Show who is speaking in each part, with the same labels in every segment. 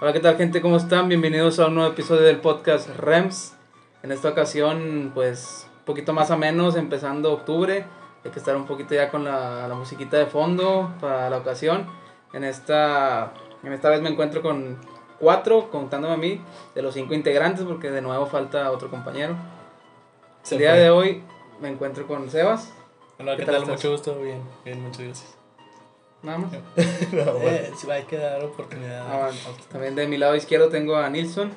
Speaker 1: Hola, ¿qué tal gente? ¿Cómo están? Bienvenidos a un nuevo episodio del podcast REMS. En esta ocasión, pues, un poquito más a menos, empezando octubre. Hay que estar un poquito ya con la, la musiquita de fondo para la ocasión. En esta, en esta vez me encuentro con cuatro, contándome a mí, de los cinco integrantes, porque de nuevo falta otro compañero.
Speaker 2: Se
Speaker 1: El día
Speaker 2: fue.
Speaker 1: de hoy me encuentro con Sebas,
Speaker 2: Hola,
Speaker 1: ¿Qué
Speaker 2: ¿qué,
Speaker 1: tal
Speaker 2: tal?
Speaker 1: estás?
Speaker 2: Mucho gusto, bien, bien, muchas gracias.
Speaker 1: nada más.
Speaker 3: No, bueno.
Speaker 2: Eh, si va a quedar oportunidad.
Speaker 1: Ah, bueno. También de mi lado izquierdo tengo a Nilsson.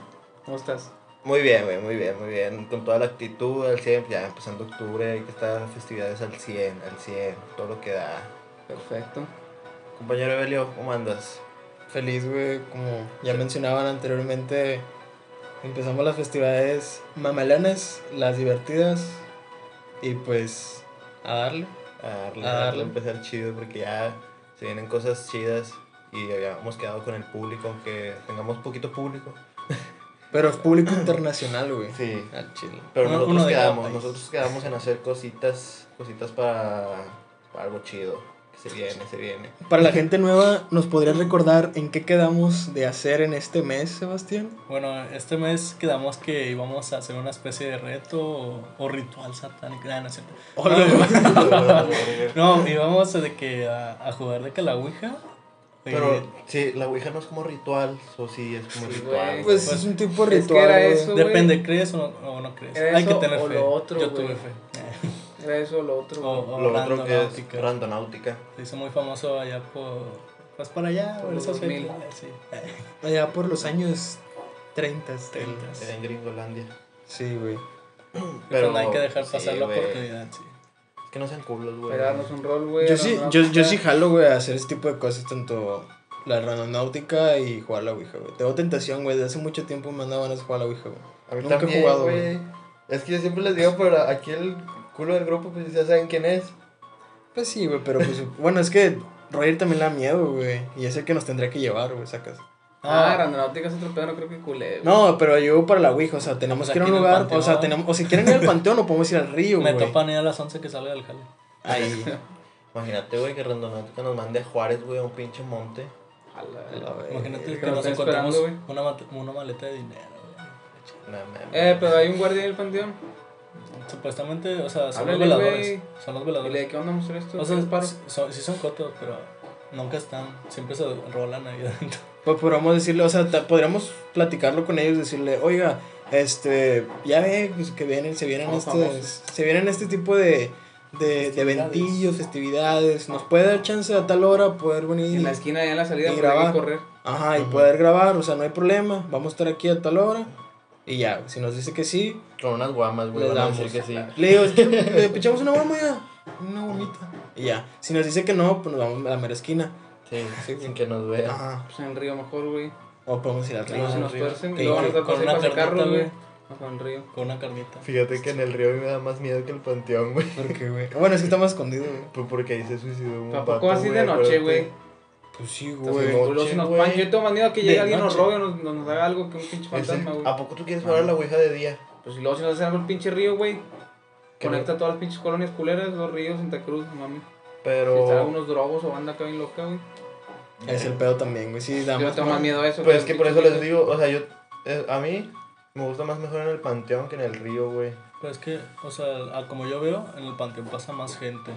Speaker 1: ¿Cómo estás?
Speaker 3: Muy bien, güey, muy bien, muy bien. Con toda la actitud, al 100, ya empezando octubre, hay que estar en festividades al 100, al 100, todo lo que da.
Speaker 1: Perfecto.
Speaker 3: Compañero Evelio, ¿cómo andas?
Speaker 2: Feliz, güey, como ya mencionaban anteriormente, empezamos las festividades mamalanas, las divertidas, y pues a darle.
Speaker 3: A darle,
Speaker 2: A
Speaker 3: a
Speaker 2: darle.
Speaker 3: darle, empezar chido porque ya se vienen cosas chidas y habíamos quedado con el público, aunque tengamos poquito público.
Speaker 2: Pero es público internacional, güey.
Speaker 3: Sí.
Speaker 2: Al chile.
Speaker 3: Pero
Speaker 2: Uno-
Speaker 3: nosotros
Speaker 2: uno de cada
Speaker 3: quedamos,
Speaker 2: país.
Speaker 3: nosotros quedamos en hacer cositas, cositas para, para algo chido. Que se viene, se viene.
Speaker 2: Para la gente nueva, ¿nos podrías recordar en qué quedamos de hacer en este mes, Sebastián?
Speaker 4: Bueno, este mes quedamos que íbamos a hacer una especie de reto o, o ritual satánico. Nah, no, es cierto. No, íbamos de que a, a jugar de que la Ouija. eh, y-
Speaker 3: Pero sí, la Ouija no es como ritual, o sí es como
Speaker 1: Sí,
Speaker 3: ritual.
Speaker 1: güey.
Speaker 3: güey.
Speaker 2: Pues, es un tipo de
Speaker 1: es que
Speaker 2: ritual.
Speaker 1: era
Speaker 2: güey.
Speaker 1: eso. güey.
Speaker 4: depende, ¿crees o no, o no crees?
Speaker 1: Era
Speaker 4: Hay que
Speaker 1: eso
Speaker 4: tener
Speaker 1: o
Speaker 4: fe.
Speaker 1: lo otro,
Speaker 4: Yo
Speaker 1: güey.
Speaker 4: tuve fe. Eh,
Speaker 1: Era eso o lo otro.
Speaker 2: Oh,
Speaker 4: O,
Speaker 1: güey.
Speaker 4: o
Speaker 3: lo otro que es
Speaker 4: randonáutica.
Speaker 3: randonáutica.
Speaker 4: Se hizo muy famoso allá por. Pues para allá,
Speaker 1: Por
Speaker 4: por esas
Speaker 1: los 2000.
Speaker 4: fechas. eh, Sí.
Speaker 2: Allá por los años 30. del-
Speaker 4: Treintas.
Speaker 3: Era en Gringolandia.
Speaker 2: Sí, güey.
Speaker 3: Pero
Speaker 4: Pero Pues, hay que dejar
Speaker 3: sí,
Speaker 4: pasar la
Speaker 3: güey.
Speaker 4: oportunidad, sí.
Speaker 3: Es que no sean culos, güey.
Speaker 1: Pegarnos un rol, güey.
Speaker 2: Yo
Speaker 1: era
Speaker 2: sí,
Speaker 1: una
Speaker 4: pues
Speaker 2: yo, yo
Speaker 1: cosa-
Speaker 2: sí jalo, güey, a hacer ese tipo de cosas, tanto la randonáutica y jugar la Ouija, güey. Tengo tentación, güey, desde hace mucho tiempo me andaban a jugar la Ouija, güey.
Speaker 3: A mí
Speaker 2: Nunca he
Speaker 3: también,
Speaker 2: jugado,
Speaker 3: güey. Es que yo siempre les digo, pero aquí el culo del grupo, pues ya saben quién es.
Speaker 2: Pues sí, güey, pero pues, bueno, es que Roger también le da miedo, güey, y es el que nos tendría que llevar, güey, sacas.
Speaker 1: Ah, Randonáutica es otro pedo, no creo que culé. güey.
Speaker 2: No, pero yo para la Ouija, o sea, tenemos
Speaker 4: Pues
Speaker 2: que ir a
Speaker 4: aquí
Speaker 2: un
Speaker 4: en el
Speaker 2: lugar, o
Speaker 4: panteón.
Speaker 2: sea, tenemos, o si quieren ir al panteón o podemos ir al río,
Speaker 4: me
Speaker 2: güey.
Speaker 4: topan ahí a las 11 que salga del jale.
Speaker 2: Ahí,
Speaker 3: Imagínate, güey, que randonáutica nos mande a Juárez, güey, a un pinche monte.
Speaker 1: A la-
Speaker 2: a la verga.
Speaker 4: Imagínate
Speaker 1: que
Speaker 4: que
Speaker 1: nos
Speaker 4: nos
Speaker 1: estén
Speaker 4: encontramos
Speaker 1: Eh, esperando,
Speaker 4: una, mate- una maleta de dinero, güey.
Speaker 3: No mames.
Speaker 1: Eh, pero hay un guardia en el panteón.
Speaker 4: Supuestamente, o sea, son los
Speaker 1: Háblale,
Speaker 4: veladores.
Speaker 1: güey.
Speaker 4: Son los
Speaker 1: Y le
Speaker 4: veladores.
Speaker 1: dije, ¿qué onda, mostrar esto?
Speaker 4: O sea,
Speaker 1: ¿Quieres paro?
Speaker 4: s- son, sí son cotos, pero nunca están. Siempre se rolan ahí adentro.
Speaker 2: Pues podríamos decirle, o sea, ta- podríamos platicarlo con ellos, decirle, oiga, este, ya ve, pues, que vienen, se vienen
Speaker 1: Somos
Speaker 2: estos,
Speaker 1: famosos.
Speaker 2: se vienen este tipo de, de, de eventillos, festividades, nos puede dar chance a tal hora poder venir,
Speaker 1: En la esquina, allá en la salida,
Speaker 2: y
Speaker 1: por ahí
Speaker 2: grabar.
Speaker 1: correr.
Speaker 2: ajá, y
Speaker 3: Ujú.
Speaker 2: poder grabar, o sea, no hay problema, vamos a estar aquí a tal hora, y ya, si nos dice que sí,
Speaker 3: Con unas guamas,
Speaker 1: Pues
Speaker 3: güey.
Speaker 2: Les
Speaker 3: van a
Speaker 2: damos.
Speaker 3: decir que sí.
Speaker 2: le digo, "Ch- le pichamos una bomba ya, una bombita, y ya, si nos dice que no, pues nos vamos a la mera esquina,
Speaker 3: Sí,
Speaker 2: Sí,
Speaker 3: sin que nos vean.
Speaker 2: ajá,
Speaker 1: Pues en río mejor, güey.
Speaker 2: o podemos ir al
Speaker 1: Que no se
Speaker 2: río,
Speaker 1: nos tuercen.
Speaker 2: Que-
Speaker 1: Y luego nos
Speaker 2: que-
Speaker 1: da
Speaker 4: con
Speaker 1: paseo
Speaker 4: una
Speaker 1: para
Speaker 4: carnita,
Speaker 1: carro, güey.
Speaker 4: güey.
Speaker 1: Ajá, en río.
Speaker 4: Con una carnita.
Speaker 3: Fíjate que en el río me da más miedo que el panteón, güey.
Speaker 2: porque, güey, bueno, es que estamos escondidos, güey.
Speaker 3: Pues porque ahí se suicidó un
Speaker 1: ¿A poco así de noche,
Speaker 3: acuérdate.
Speaker 1: güey?
Speaker 2: Pues sí,
Speaker 3: Entonces,
Speaker 2: güey.
Speaker 3: no,
Speaker 1: Tú los
Speaker 3: Noche,
Speaker 1: nos
Speaker 3: güey.
Speaker 1: pan- Yo tengo más miedo a que llegue
Speaker 4: De
Speaker 1: alguien, nos
Speaker 4: noche.
Speaker 1: robe, nos, nos haga algo que un pinche
Speaker 3: Ese-
Speaker 1: fantasma, güey.
Speaker 3: ¿A poco tú quieres jugar a la ouija de día?
Speaker 1: Pues si luego si nos hacen algo el pinche río, güey.
Speaker 3: Que
Speaker 1: Conecta todas las pinches colonias culeras, los ríos, Santa Cruz, mami. Si
Speaker 3: Pero.
Speaker 1: están algunos drogos o banda acá bien loca, güey.
Speaker 2: Es el pedo también, güey. Sí, da
Speaker 1: Yo
Speaker 2: más
Speaker 1: tengo más miedo a eso.
Speaker 3: Pues es que
Speaker 1: los
Speaker 3: por eso
Speaker 1: pinches
Speaker 3: les
Speaker 1: ríos.
Speaker 3: digo, o sea, yo. eh, a mí me gusta más mejor en el panteón que en el río, güey.
Speaker 4: Pero es que, o sea, a como yo veo, en el panteón pasa más gente.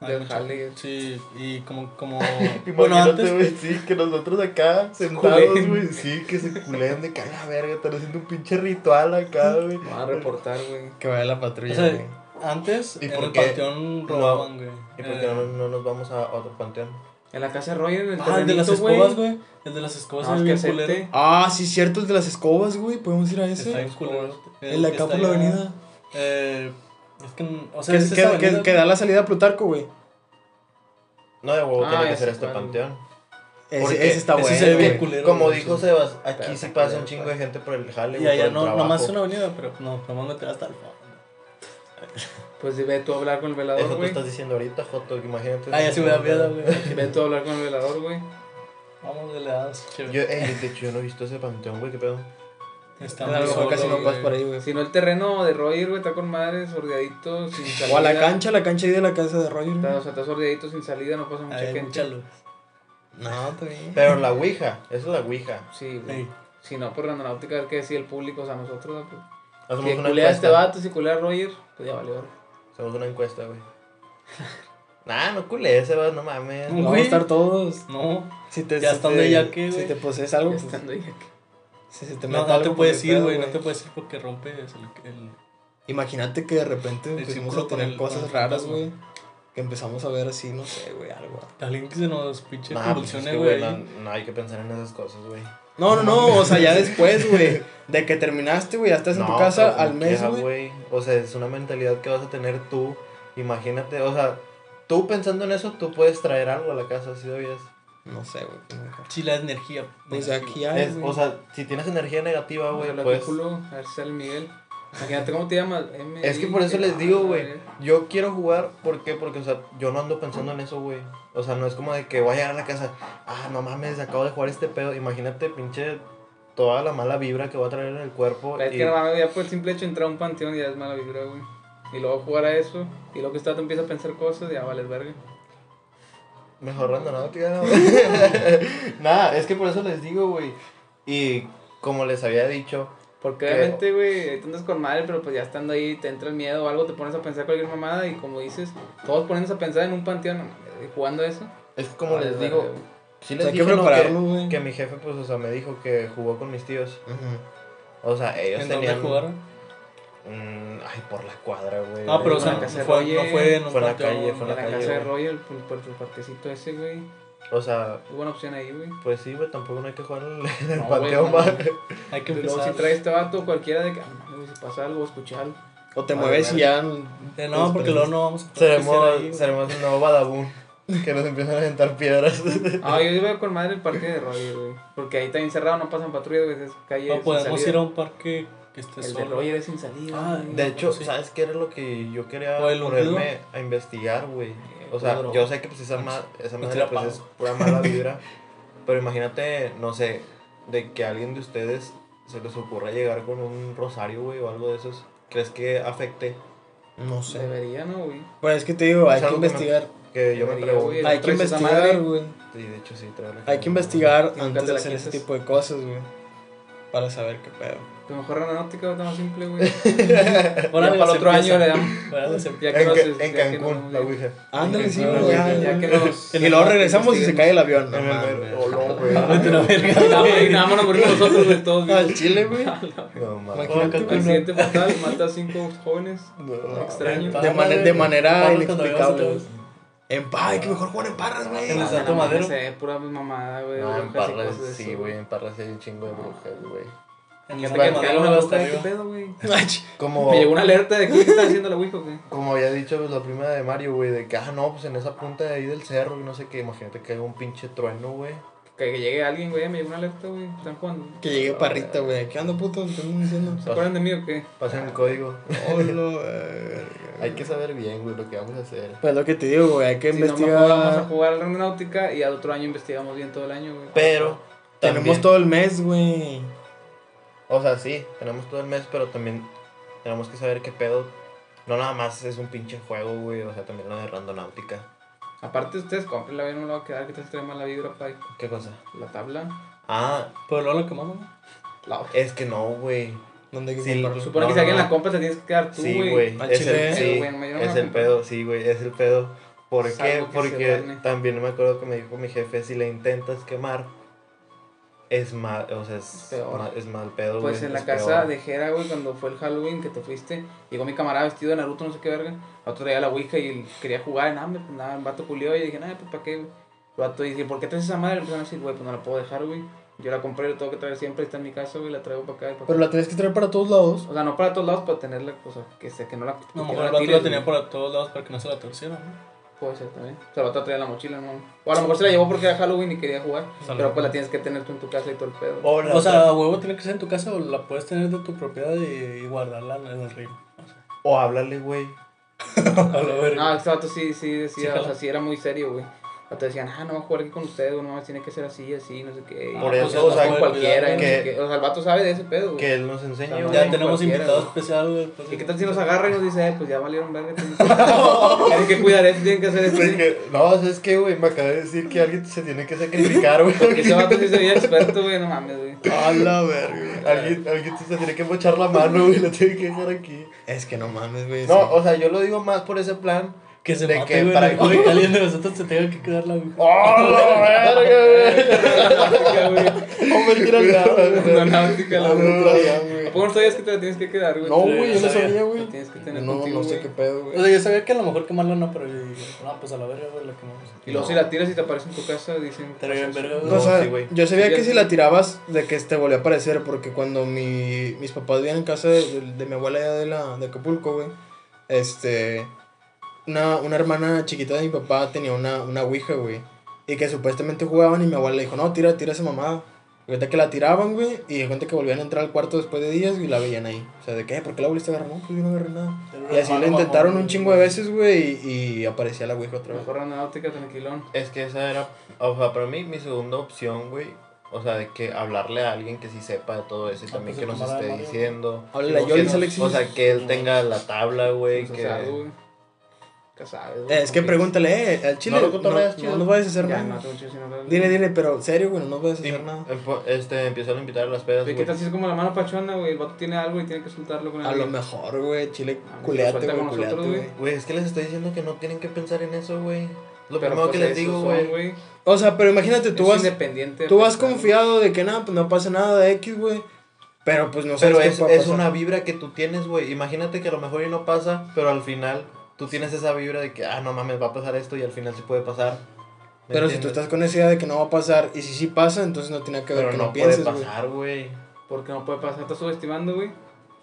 Speaker 4: Hay
Speaker 1: Del
Speaker 4: mucha-
Speaker 1: jale.
Speaker 4: Sí, y como. como bueno,
Speaker 3: Imagínate,
Speaker 4: antes.
Speaker 3: güey, sí, que nosotros acá sentados,
Speaker 1: culen.
Speaker 3: güey, sí, que se culean de que a la verga, están haciendo un pinche ritual acá, güey.
Speaker 1: Me van a reportar, güey.
Speaker 2: Que vaya la patrulla,
Speaker 4: O sea,
Speaker 2: güey.
Speaker 4: Antes,
Speaker 3: ¿Y
Speaker 4: en
Speaker 3: por
Speaker 4: el
Speaker 3: qué?
Speaker 4: panteón robaban, güey.
Speaker 3: ¿Y por qué
Speaker 4: Eh,
Speaker 3: no, no nos vamos a otro panteón?
Speaker 1: En la casa de Roger, en el
Speaker 4: Ah, el de las
Speaker 1: terrenito,
Speaker 4: escobas, güey. El de las escobas
Speaker 1: Nada más
Speaker 4: es
Speaker 1: que
Speaker 4: bien
Speaker 1: acepte.
Speaker 4: culero.
Speaker 2: Ah, sí, cierto, el de las escobas, güey. Podemos ir a
Speaker 4: Está
Speaker 2: ese.
Speaker 4: bien culero.
Speaker 2: El de
Speaker 4: que
Speaker 2: acá por
Speaker 4: está
Speaker 2: la
Speaker 4: allá-
Speaker 2: avenida.
Speaker 4: Eh, es que, o sea,
Speaker 2: Que,
Speaker 4: es esa
Speaker 2: que- que-
Speaker 4: avenida,
Speaker 2: que da la salida a Plutarco, güey.
Speaker 3: No, de huevo,
Speaker 1: Ah,
Speaker 3: tiene que
Speaker 1: ese
Speaker 3: ser este
Speaker 1: cual.
Speaker 3: panteón.
Speaker 2: Ese,
Speaker 3: Porque
Speaker 2: ese está
Speaker 4: ese
Speaker 2: bueno.
Speaker 4: se ve
Speaker 2: güey.
Speaker 4: bien culero.
Speaker 3: Como
Speaker 4: güey,
Speaker 3: dijo
Speaker 4: sí.
Speaker 3: Sebas,
Speaker 1: Pero
Speaker 3: aquí sí
Speaker 1: está
Speaker 3: pasa
Speaker 1: culero,
Speaker 3: un chingo
Speaker 1: pa.
Speaker 3: de gente por el jale,
Speaker 4: Y
Speaker 3: güey, por
Speaker 4: allá
Speaker 3: el
Speaker 4: no, nomás
Speaker 3: trabajo.
Speaker 4: es una avenida, pero no, nomás meter hasta el fondo.
Speaker 1: Pues ve tú a hablar con el velador,
Speaker 3: Eso tú
Speaker 1: güey.
Speaker 3: estás diciendo ahorita, Joto, que imagínate.
Speaker 4: Ah, ya sí me da miedo, güey.
Speaker 1: Ve tú a hablar con el velador, güey.
Speaker 4: Vamos de lados,
Speaker 3: Yo,
Speaker 4: chévere.
Speaker 3: eh, de hecho, yo no he visto ese panteón, güey, qué pedo.
Speaker 4: Está
Speaker 2: A
Speaker 4: muy
Speaker 2: lo mejor
Speaker 4: solo,
Speaker 2: casi no
Speaker 4: güey.
Speaker 2: pasas por ahí, güey.
Speaker 1: Pues, Si no, el terreno de Roger, güey, está con madre, sordeadito, sin salida.
Speaker 2: O a la cancha, la cancha ahí de la casa de Roger.
Speaker 1: Está, o
Speaker 2: güey.
Speaker 1: sea, está sordeadito, sin salida, no pasa mucha
Speaker 4: Hay
Speaker 1: gente.
Speaker 4: mucha luz.
Speaker 2: No, está bien.
Speaker 3: Pero la Ouija, esa es la Ouija.
Speaker 1: Sí, güey.
Speaker 4: Ey,
Speaker 1: Si no, por Randonautica, a ver qué decía el público, o sea, nosotros. Pues,
Speaker 3: Hacemos
Speaker 1: si
Speaker 3: una
Speaker 1: culea a este
Speaker 3: encuesta.
Speaker 1: vato, si culea a Roger, pues ya valió.
Speaker 3: Hacemos una encuesta, güey. Nah, no culees, ese no mames.
Speaker 4: No.
Speaker 2: Vamos a
Speaker 4: Güey.
Speaker 2: estar todos.
Speaker 4: No,
Speaker 2: Si te,
Speaker 4: Ya
Speaker 2: si
Speaker 4: está
Speaker 2: te-
Speaker 4: donde ya que,
Speaker 2: Si
Speaker 4: güey.
Speaker 2: te posees algo,
Speaker 1: Ya
Speaker 2: pues,
Speaker 1: estando ahí, que-
Speaker 2: si se te
Speaker 4: no,
Speaker 2: mete
Speaker 4: no te
Speaker 2: algo, pues,
Speaker 4: puedes
Speaker 2: qué
Speaker 4: ir,
Speaker 2: pedo,
Speaker 4: güey. No te puedes ir porque rompes el. el-
Speaker 2: Imagínate que de repente empezamos
Speaker 4: círculo
Speaker 2: a
Speaker 4: con
Speaker 2: tener
Speaker 4: el- con
Speaker 2: cosas
Speaker 4: el
Speaker 2: raras,
Speaker 4: fantasma.
Speaker 2: güey. Que empezamos a ver así, no sé, güey, algo.
Speaker 4: Alguien que se nos pinche
Speaker 3: Nah, pues es
Speaker 4: convulsiones,
Speaker 3: que,
Speaker 4: güey.
Speaker 3: güey, no,
Speaker 4: ahí.
Speaker 3: no hay que pensar en esas cosas, güey.
Speaker 2: No, no, no, o sea, ya después, güey. De que terminaste, güey, ya estás en
Speaker 3: No,
Speaker 2: tu casa
Speaker 3: pero como
Speaker 2: al mes,
Speaker 3: quiera,
Speaker 2: güey.
Speaker 3: O sea, es una mentalidad que vas a tener tú. Imagínate, o sea, tú pensando en eso, tú puedes traer algo a la casa, si sabías.
Speaker 2: No sé, güey. nunca.
Speaker 4: Sí, la energía.
Speaker 2: Pues
Speaker 4: negativa.
Speaker 2: aquí hay.
Speaker 3: Es-
Speaker 2: güey.
Speaker 3: o sea, si tienes energía negativa, güey,
Speaker 1: Ojalá
Speaker 3: pues...
Speaker 1: tu culo, a ver si sale Miguel. Imagínate cómo te llamas. M,
Speaker 3: Es que
Speaker 1: I,
Speaker 3: por eso
Speaker 1: G,
Speaker 3: les
Speaker 1: A,
Speaker 3: digo,
Speaker 1: la
Speaker 3: güey.
Speaker 4: eh.
Speaker 1: verga.
Speaker 3: Yo quiero jugar, ¿por qué? Porque, o sea, yo no ando pensando en eso, güey. O sea, no es como de que voy a llegar a la casa, ah, no mames, acabo de jugar este pedo. Imagínate, pinche, toda la mala vibra que va a traer en el cuerpo.
Speaker 1: Pero Es
Speaker 3: y-
Speaker 1: que no mames, ya por el simple hecho de entrar a un panteón ya es mala vibra, güey. Y luego jugar a eso, y luego que está te empieza a pensar cosas, ya vales verga.
Speaker 3: Mejor randonáutica, no, güey. Nada, es que por eso les digo, güey. Y como les había dicho,
Speaker 1: Porque
Speaker 3: Creo.
Speaker 1: obviamente, güey, ahí te andas con madre, pero pues ya estando ahí te entra el miedo o algo, te pones a pensar cualquier mamada y como dices, todos poniéndose a pensar en un panteón no mames, y jugando eso.
Speaker 3: es que como
Speaker 1: vales
Speaker 3: les
Speaker 1: verga,
Speaker 3: digo,
Speaker 1: güey.
Speaker 3: sí
Speaker 2: O sea,
Speaker 3: les
Speaker 2: Pues hay que
Speaker 3: dije ¿no?
Speaker 2: prepararnos,
Speaker 3: que,
Speaker 2: güey.
Speaker 3: que mi jefe, pues, o sea, me dijo que jugó con mis tíos.
Speaker 2: Ujú.
Speaker 3: O sea, ellos
Speaker 4: ¿En dónde
Speaker 3: tenían.
Speaker 4: jugaron?
Speaker 3: Mm, ay, por la cuadra, güey.
Speaker 4: Ah, pero o sea,
Speaker 1: en
Speaker 4: no
Speaker 1: la casa
Speaker 4: fue,
Speaker 1: de
Speaker 4: no
Speaker 1: Roger,
Speaker 4: fue en un
Speaker 3: fue en la
Speaker 4: panteón,
Speaker 3: calle, fue
Speaker 1: En
Speaker 3: en la
Speaker 1: la
Speaker 3: calle,
Speaker 1: casa de
Speaker 3: güey.
Speaker 1: Royal, pues, por, por tu partecito ese, güey.
Speaker 3: O sea,
Speaker 1: Es buena opción ahí, güey.
Speaker 3: Pues sí, güey, tampoco no hay que jugar en el, en el
Speaker 1: No, güey,
Speaker 3: panteón,
Speaker 1: no,
Speaker 3: va.
Speaker 1: güey.
Speaker 4: Hay que
Speaker 1: Y luego
Speaker 4: empezar.
Speaker 1: si traes este vato, cualquiera de que, ah, no, güey, si pasa algo, escuchar algo.
Speaker 2: O te
Speaker 3: A
Speaker 2: mueves
Speaker 3: ver.
Speaker 2: y ya.
Speaker 4: Eh, no, porque luego no vamos a poder hacer ahí,
Speaker 3: Seremos,
Speaker 4: güey.
Speaker 3: seremos el nuevo Badabun. Que nos empiezan a aventar piedras.
Speaker 1: Ah, yo iba con madre el parque de Roger, güey. Porque ahí está encerrado, no pasan patrullas, güey. Es calle
Speaker 4: No
Speaker 1: sin
Speaker 4: podemos
Speaker 1: salida.
Speaker 4: ir a un parque que esté
Speaker 1: El de
Speaker 4: solo.
Speaker 1: Roger es sin salida.
Speaker 4: Ah,
Speaker 1: güey.
Speaker 3: De hecho,
Speaker 4: Sí.
Speaker 3: ¿sabes qué era lo que yo quería
Speaker 4: ¿O el Eh,
Speaker 3: ponerme a investigar, güey? O sea,
Speaker 1: Claro.
Speaker 3: yo sé que pues esa, ma- esa
Speaker 4: No
Speaker 3: madre
Speaker 4: tira
Speaker 3: pues,
Speaker 4: palo.
Speaker 3: es pura mala vibra. pero imagínate, no sé, de que a alguien de ustedes se les ocurra llegar con un rosario, güey, o algo de esos. ¿Crees que afecte?
Speaker 2: No sé.
Speaker 1: Debería, ¿no, güey?
Speaker 2: Pues es que te digo, hay
Speaker 3: Es
Speaker 2: que
Speaker 3: algo que no-
Speaker 2: investigar.
Speaker 3: Que yo me
Speaker 1: Debería,
Speaker 3: pregunto.
Speaker 1: güey.
Speaker 2: Hay que
Speaker 1: traes esa madre.
Speaker 2: investigar, güey.
Speaker 3: Sí, de hecho sí, trae la
Speaker 2: Hay que
Speaker 3: cara.
Speaker 2: investigar
Speaker 1: Sí, nunca
Speaker 2: antes
Speaker 1: te
Speaker 2: de
Speaker 1: la
Speaker 2: hacer ese
Speaker 1: quitas.
Speaker 2: tipo de cosas, güey. Para saber qué pedo.
Speaker 1: Tu mejor aeronáutica va más simple, güey.
Speaker 4: Ahora
Speaker 1: Ya para el otro año le damos.
Speaker 4: Ahora se-
Speaker 1: Ya que
Speaker 3: En,
Speaker 1: nos-
Speaker 3: Ca- en
Speaker 1: ya que nos-
Speaker 3: Cancún, la Ouija.
Speaker 2: Ándale, sí,
Speaker 4: Cancún,
Speaker 2: güey. ya,
Speaker 4: güey,
Speaker 1: ya
Speaker 2: ya.
Speaker 1: que nos-
Speaker 2: Y luego regresamos y se cae el avión. No,
Speaker 3: En el
Speaker 2: mames.
Speaker 3: mero- Oh, no, güey.
Speaker 4: Vete a la verga.
Speaker 1: Y nada más- y nada más nos morimos nosotros, güey, todos. güey.
Speaker 2: Al Chile, güey.
Speaker 3: No, mames.
Speaker 2: Imagínate, güey.
Speaker 1: Accidente fatal, mata a cinco jóvenes.
Speaker 2: No,
Speaker 1: Extraño.
Speaker 2: De, mane- de manera
Speaker 4: Vamos cuando
Speaker 2: inexplicable.
Speaker 4: vayamos a
Speaker 2: güey. En paz, hay que mejor jugar en parras, güey.
Speaker 4: En el
Speaker 1: Ah,
Speaker 4: Santo
Speaker 1: no,
Speaker 4: Madero.
Speaker 1: no sé, pura mamada, güey.
Speaker 3: No,
Speaker 1: brujas
Speaker 3: en
Speaker 1: y
Speaker 3: Parras
Speaker 1: cosas de
Speaker 3: sí,
Speaker 1: esas,
Speaker 3: güey, en Parras hay un chingo de brujas, güey.
Speaker 4: En
Speaker 1: Que
Speaker 4: el
Speaker 1: te
Speaker 4: Saque
Speaker 1: quedas
Speaker 4: Madero
Speaker 1: una
Speaker 4: uno hasta
Speaker 1: bruja, ¿qué
Speaker 4: arriba.
Speaker 1: pedo, güey?
Speaker 3: Como,
Speaker 1: Me llegó una alerta de que ¿qué está haciendo la Ouija, güey.
Speaker 3: como había dicho pues, la prima de Mario, güey, de que, ah, no, pues en esa punta de ahí del cerro, y no sé qué, imagínate que hay un pinche trueno, güey.
Speaker 1: Que que llegue alguien, güey, me llegó una alerta, güey. Están jugando.
Speaker 2: Que llegue parrita, güey. ¿Qué ando, puto? ¿Qué andan diciendo?
Speaker 1: ¿Se acuerdan de mí o qué?
Speaker 3: Pasen el código.
Speaker 2: Hola, verga.
Speaker 3: Hay que saber bien, güey, lo que vamos a hacer.
Speaker 2: Pues lo que te digo, güey. Hay que
Speaker 1: Si no, mejor vamos a
Speaker 2: investigar.
Speaker 1: jugar a la aeronáutica y al otro año investigamos bien todo el año, güey.
Speaker 3: Pero,
Speaker 2: Tenemos
Speaker 3: también-
Speaker 2: todo el mes, güey.
Speaker 3: O sea, sí, tenemos todo el mes, pero también tenemos que saber qué pedo. No nada más es un pinche juego, güey, o sea, también lo de randonáutica.
Speaker 1: Aparte, ustedes compren la no la va a quedar que te extrema la vibra, pa.
Speaker 3: ¿Qué cosa?
Speaker 1: La tabla.
Speaker 3: Ah,
Speaker 4: Pero luego lo quemamos. ¿no?
Speaker 1: La otra.
Speaker 3: es que no, güey.
Speaker 2: ¿Dónde hay que
Speaker 3: Sí,
Speaker 2: comprarlo?
Speaker 1: Supone
Speaker 3: No,
Speaker 1: que si alguien
Speaker 3: no.
Speaker 1: la compra, te tienes que quedar tú,
Speaker 3: Sí,
Speaker 1: güey.
Speaker 3: güey.
Speaker 2: Al
Speaker 3: Es
Speaker 2: chile.
Speaker 1: Pero,
Speaker 3: el, sí,
Speaker 1: güey, me dieron
Speaker 3: es
Speaker 1: una
Speaker 3: el
Speaker 1: culpa.
Speaker 3: pedo, sí, güey, es el pedo. ¿Por
Speaker 1: Es
Speaker 3: qué?
Speaker 1: algo que se
Speaker 3: Porque
Speaker 1: duerme.
Speaker 3: también me acuerdo que me dijo mi jefe, si la intentas quemar, es mal, o sea, es,
Speaker 1: Peor.
Speaker 3: ma- es mal pedo, güey.
Speaker 1: Pues en
Speaker 3: es
Speaker 1: la casa
Speaker 3: peor.
Speaker 1: de Jera, güey, cuando fue el Halloween que te fuiste, llegó mi camarada vestido de Naruto, no sé qué verga. La otra traía la Ouija y quería jugar, y nada, me nada, el vato culió y dije, nada, pues para qué, güey. El vato dice, ¿por qué traes esa madre? Le empezaron a decir, güey, pues no la puedo dejar, güey. Yo la compré, la tengo que traer siempre, está en mi casa, güey, la traigo para acá. y pa'
Speaker 2: Pero
Speaker 1: acá".
Speaker 2: la tienes que traer para todos lados.
Speaker 1: O sea, no para todos lados, para tenerla, o sea, que, se, que no la.
Speaker 4: A lo
Speaker 1: que
Speaker 4: mejor
Speaker 1: la
Speaker 4: el vato
Speaker 1: tires,
Speaker 4: la tenía
Speaker 1: güey.
Speaker 4: por todos lados para que no se la torcieran. ¿no?
Speaker 1: Puede ser también. O sea, el vato traía la mochila, ¿no? O a lo mejor se la llevó porque era Halloween y quería jugar. Pero pues la tienes que tener tú en tu casa y todo el pedo.
Speaker 3: O la,
Speaker 4: O
Speaker 3: otra-
Speaker 4: sea, a huevo tiene que ser en tu casa o la puedes tener de tu propiedad y, y guardarla en el río. O sea,
Speaker 3: o háblale, güey.
Speaker 4: a la verga.
Speaker 1: No, este vato sí, sí decía,
Speaker 4: Sí,
Speaker 1: o sea, sí era muy serio, güey. O te decían, ah, no, voy a jugar aquí con ustedes, güey, no mames, tiene que ser así, así, no sé qué. y,
Speaker 3: Por
Speaker 1: "Ah,
Speaker 3: eso,
Speaker 1: pues,
Speaker 3: o
Speaker 1: no
Speaker 3: sea,
Speaker 1: con cualquiera, y no
Speaker 3: que-
Speaker 1: sé qué". O sea, el vato sabe de ese pedo, güey.
Speaker 3: Que él nos enseñe,
Speaker 1: Ya
Speaker 3: güey.
Speaker 4: Ya tenemos
Speaker 1: cualquiera,
Speaker 4: invitado
Speaker 1: güey.
Speaker 4: especial, güey. pues,
Speaker 1: ¿Y qué tal si nos agarra y nos dice, eh, pues ya valieron verga? Tienen que- tienen que cuidar esto, tienen que hacer esto.
Speaker 3: Sí, que- No, es que, güey, me acaba de decir que alguien se tiene que sacrificar, güey.
Speaker 1: Porque ese vato sí se veía experto, güey, no mames, güey.
Speaker 3: A la verga. Alguien, alguien se tiene que mochar la mano, güey. La tiene que dejar aquí.
Speaker 2: Es que no mames, güey.
Speaker 3: No,
Speaker 2: sí.
Speaker 3: o sea, yo lo digo más por ese plan.
Speaker 4: Que se
Speaker 3: de
Speaker 4: mate,
Speaker 3: que
Speaker 4: güey.
Speaker 3: para-
Speaker 4: Para que alguien de nosotros se tenga que quedar la
Speaker 3: ¡Oh, la verga, güey! Hombre, tira el lado, güey.
Speaker 1: No, náutica, la
Speaker 2: Ah,
Speaker 1: verdad.
Speaker 2: güey, traía, güey.
Speaker 1: ¿A poco no sabías que te la tienes que quedar, güey?
Speaker 2: No, güey, yo no
Speaker 4: Sí,
Speaker 2: sabía,
Speaker 1: Lo
Speaker 2: güey.
Speaker 1: tienes que tener
Speaker 2: No,
Speaker 1: contigo,
Speaker 2: no sé
Speaker 1: güey.
Speaker 2: qué pedo,
Speaker 4: O
Speaker 2: güey.
Speaker 4: sea, yo sabía que a lo mejor quemarla no, pero yo dije, no, pues a la verga, güey, la quemamos.
Speaker 1: Y luego si la tiras y te aparece en tu casa, dicen... "Pues,
Speaker 4: Te regalan verga, güey.
Speaker 2: O sea,
Speaker 3: sí, güey.
Speaker 2: yo sabía
Speaker 1: Sí,
Speaker 2: que
Speaker 1: ya-
Speaker 2: si la tirabas, de que te volvía a aparecer, porque cuando mi, mis papás vivían en casa de, de- de mi abuela allá de, la, de Acapulco, güey, este, una, una hermana chiquita de mi papá tenía una, una ouija, güey, y que supuestamente jugaban y mi abuela le dijo, no, tira, tira esa mamada. Y ahorita que la tiraban, güey, y de cuenta que volvían a entrar al cuarto después de días y la veían ahí. O sea, ¿de qué? ¿Por qué la volviste a agarrar? No, pues yo no agarré nada. Y así lo intentaron un chingo de veces, güey, y, y aparecía la ouija otra vez.
Speaker 1: Mejor náutica, tranquilón.
Speaker 3: Es que esa era, o sea, para mí mi segunda opción, güey. O sea, de que hablarle a alguien que sí sepa de todo eso y
Speaker 4: Ah,
Speaker 3: también
Speaker 4: pues,
Speaker 3: que
Speaker 4: el
Speaker 3: nos
Speaker 4: camarada
Speaker 3: esté
Speaker 4: Mario.
Speaker 3: diciendo.
Speaker 2: Háblale a
Speaker 3: O que
Speaker 2: Yolis,
Speaker 3: nos-
Speaker 2: Alexis.
Speaker 3: O sea, que él tenga la tabla, güey.
Speaker 1: Pues,
Speaker 3: Que...
Speaker 1: o sea, güey. Ya sabes, güey.
Speaker 2: Es que pregúntale, eh, al chile.
Speaker 3: No lo cotorreas, chido.
Speaker 2: no, nos vayas a hacer
Speaker 1: Ya,
Speaker 2: nada.
Speaker 1: no, tengo chiste, no, no, no.
Speaker 2: Dile, dile, pero serio, güey, no puedes
Speaker 3: Sí,
Speaker 2: hacer nada.
Speaker 3: empo- Este, empezaron a invitar a las pedas,
Speaker 1: Oye, ¿Qué
Speaker 3: güey.
Speaker 1: tal si es como la mano pachona, güey? El vato tiene algo y tiene que soltarlo con el
Speaker 2: A lo mejor, güey, chile,
Speaker 1: Ah, pues,
Speaker 2: culeate,
Speaker 1: suelta
Speaker 2: güey,
Speaker 1: con nosotros,
Speaker 2: culeate, güey.
Speaker 1: güey.
Speaker 3: Güey, es que les estoy diciendo que no tienen que pensar en eso, güey. Lo primero
Speaker 1: pues,
Speaker 3: que les digo, güey.
Speaker 2: O sea, pero imagínate, tú
Speaker 1: Tú
Speaker 2: vas,
Speaker 1: independiente.
Speaker 2: tú
Speaker 1: pues,
Speaker 2: vas
Speaker 1: claro.
Speaker 2: confiado de que nada, pues no pasa nada de X, güey. Pero pues no sabes
Speaker 3: Pero
Speaker 2: qué
Speaker 3: es,
Speaker 2: pueda
Speaker 3: es
Speaker 2: pasar.
Speaker 3: una vibra que tú tienes, güey. Imagínate que a lo mejor y no pasa, pero al final tú tienes esa vibra de que, ah, no mames, va a pasar esto y al final sí puede pasar. ¿Me
Speaker 2: Pero si tú
Speaker 3: entiendes?
Speaker 2: estás con esa idea de que no va a pasar, y si sí pasa, entonces no tiene que ver
Speaker 3: Pero
Speaker 2: que
Speaker 3: no,
Speaker 2: no,
Speaker 3: puede
Speaker 2: pienses, güey.
Speaker 3: pasar, güey.
Speaker 1: Porque no puede pasar, estás subestimando, güey.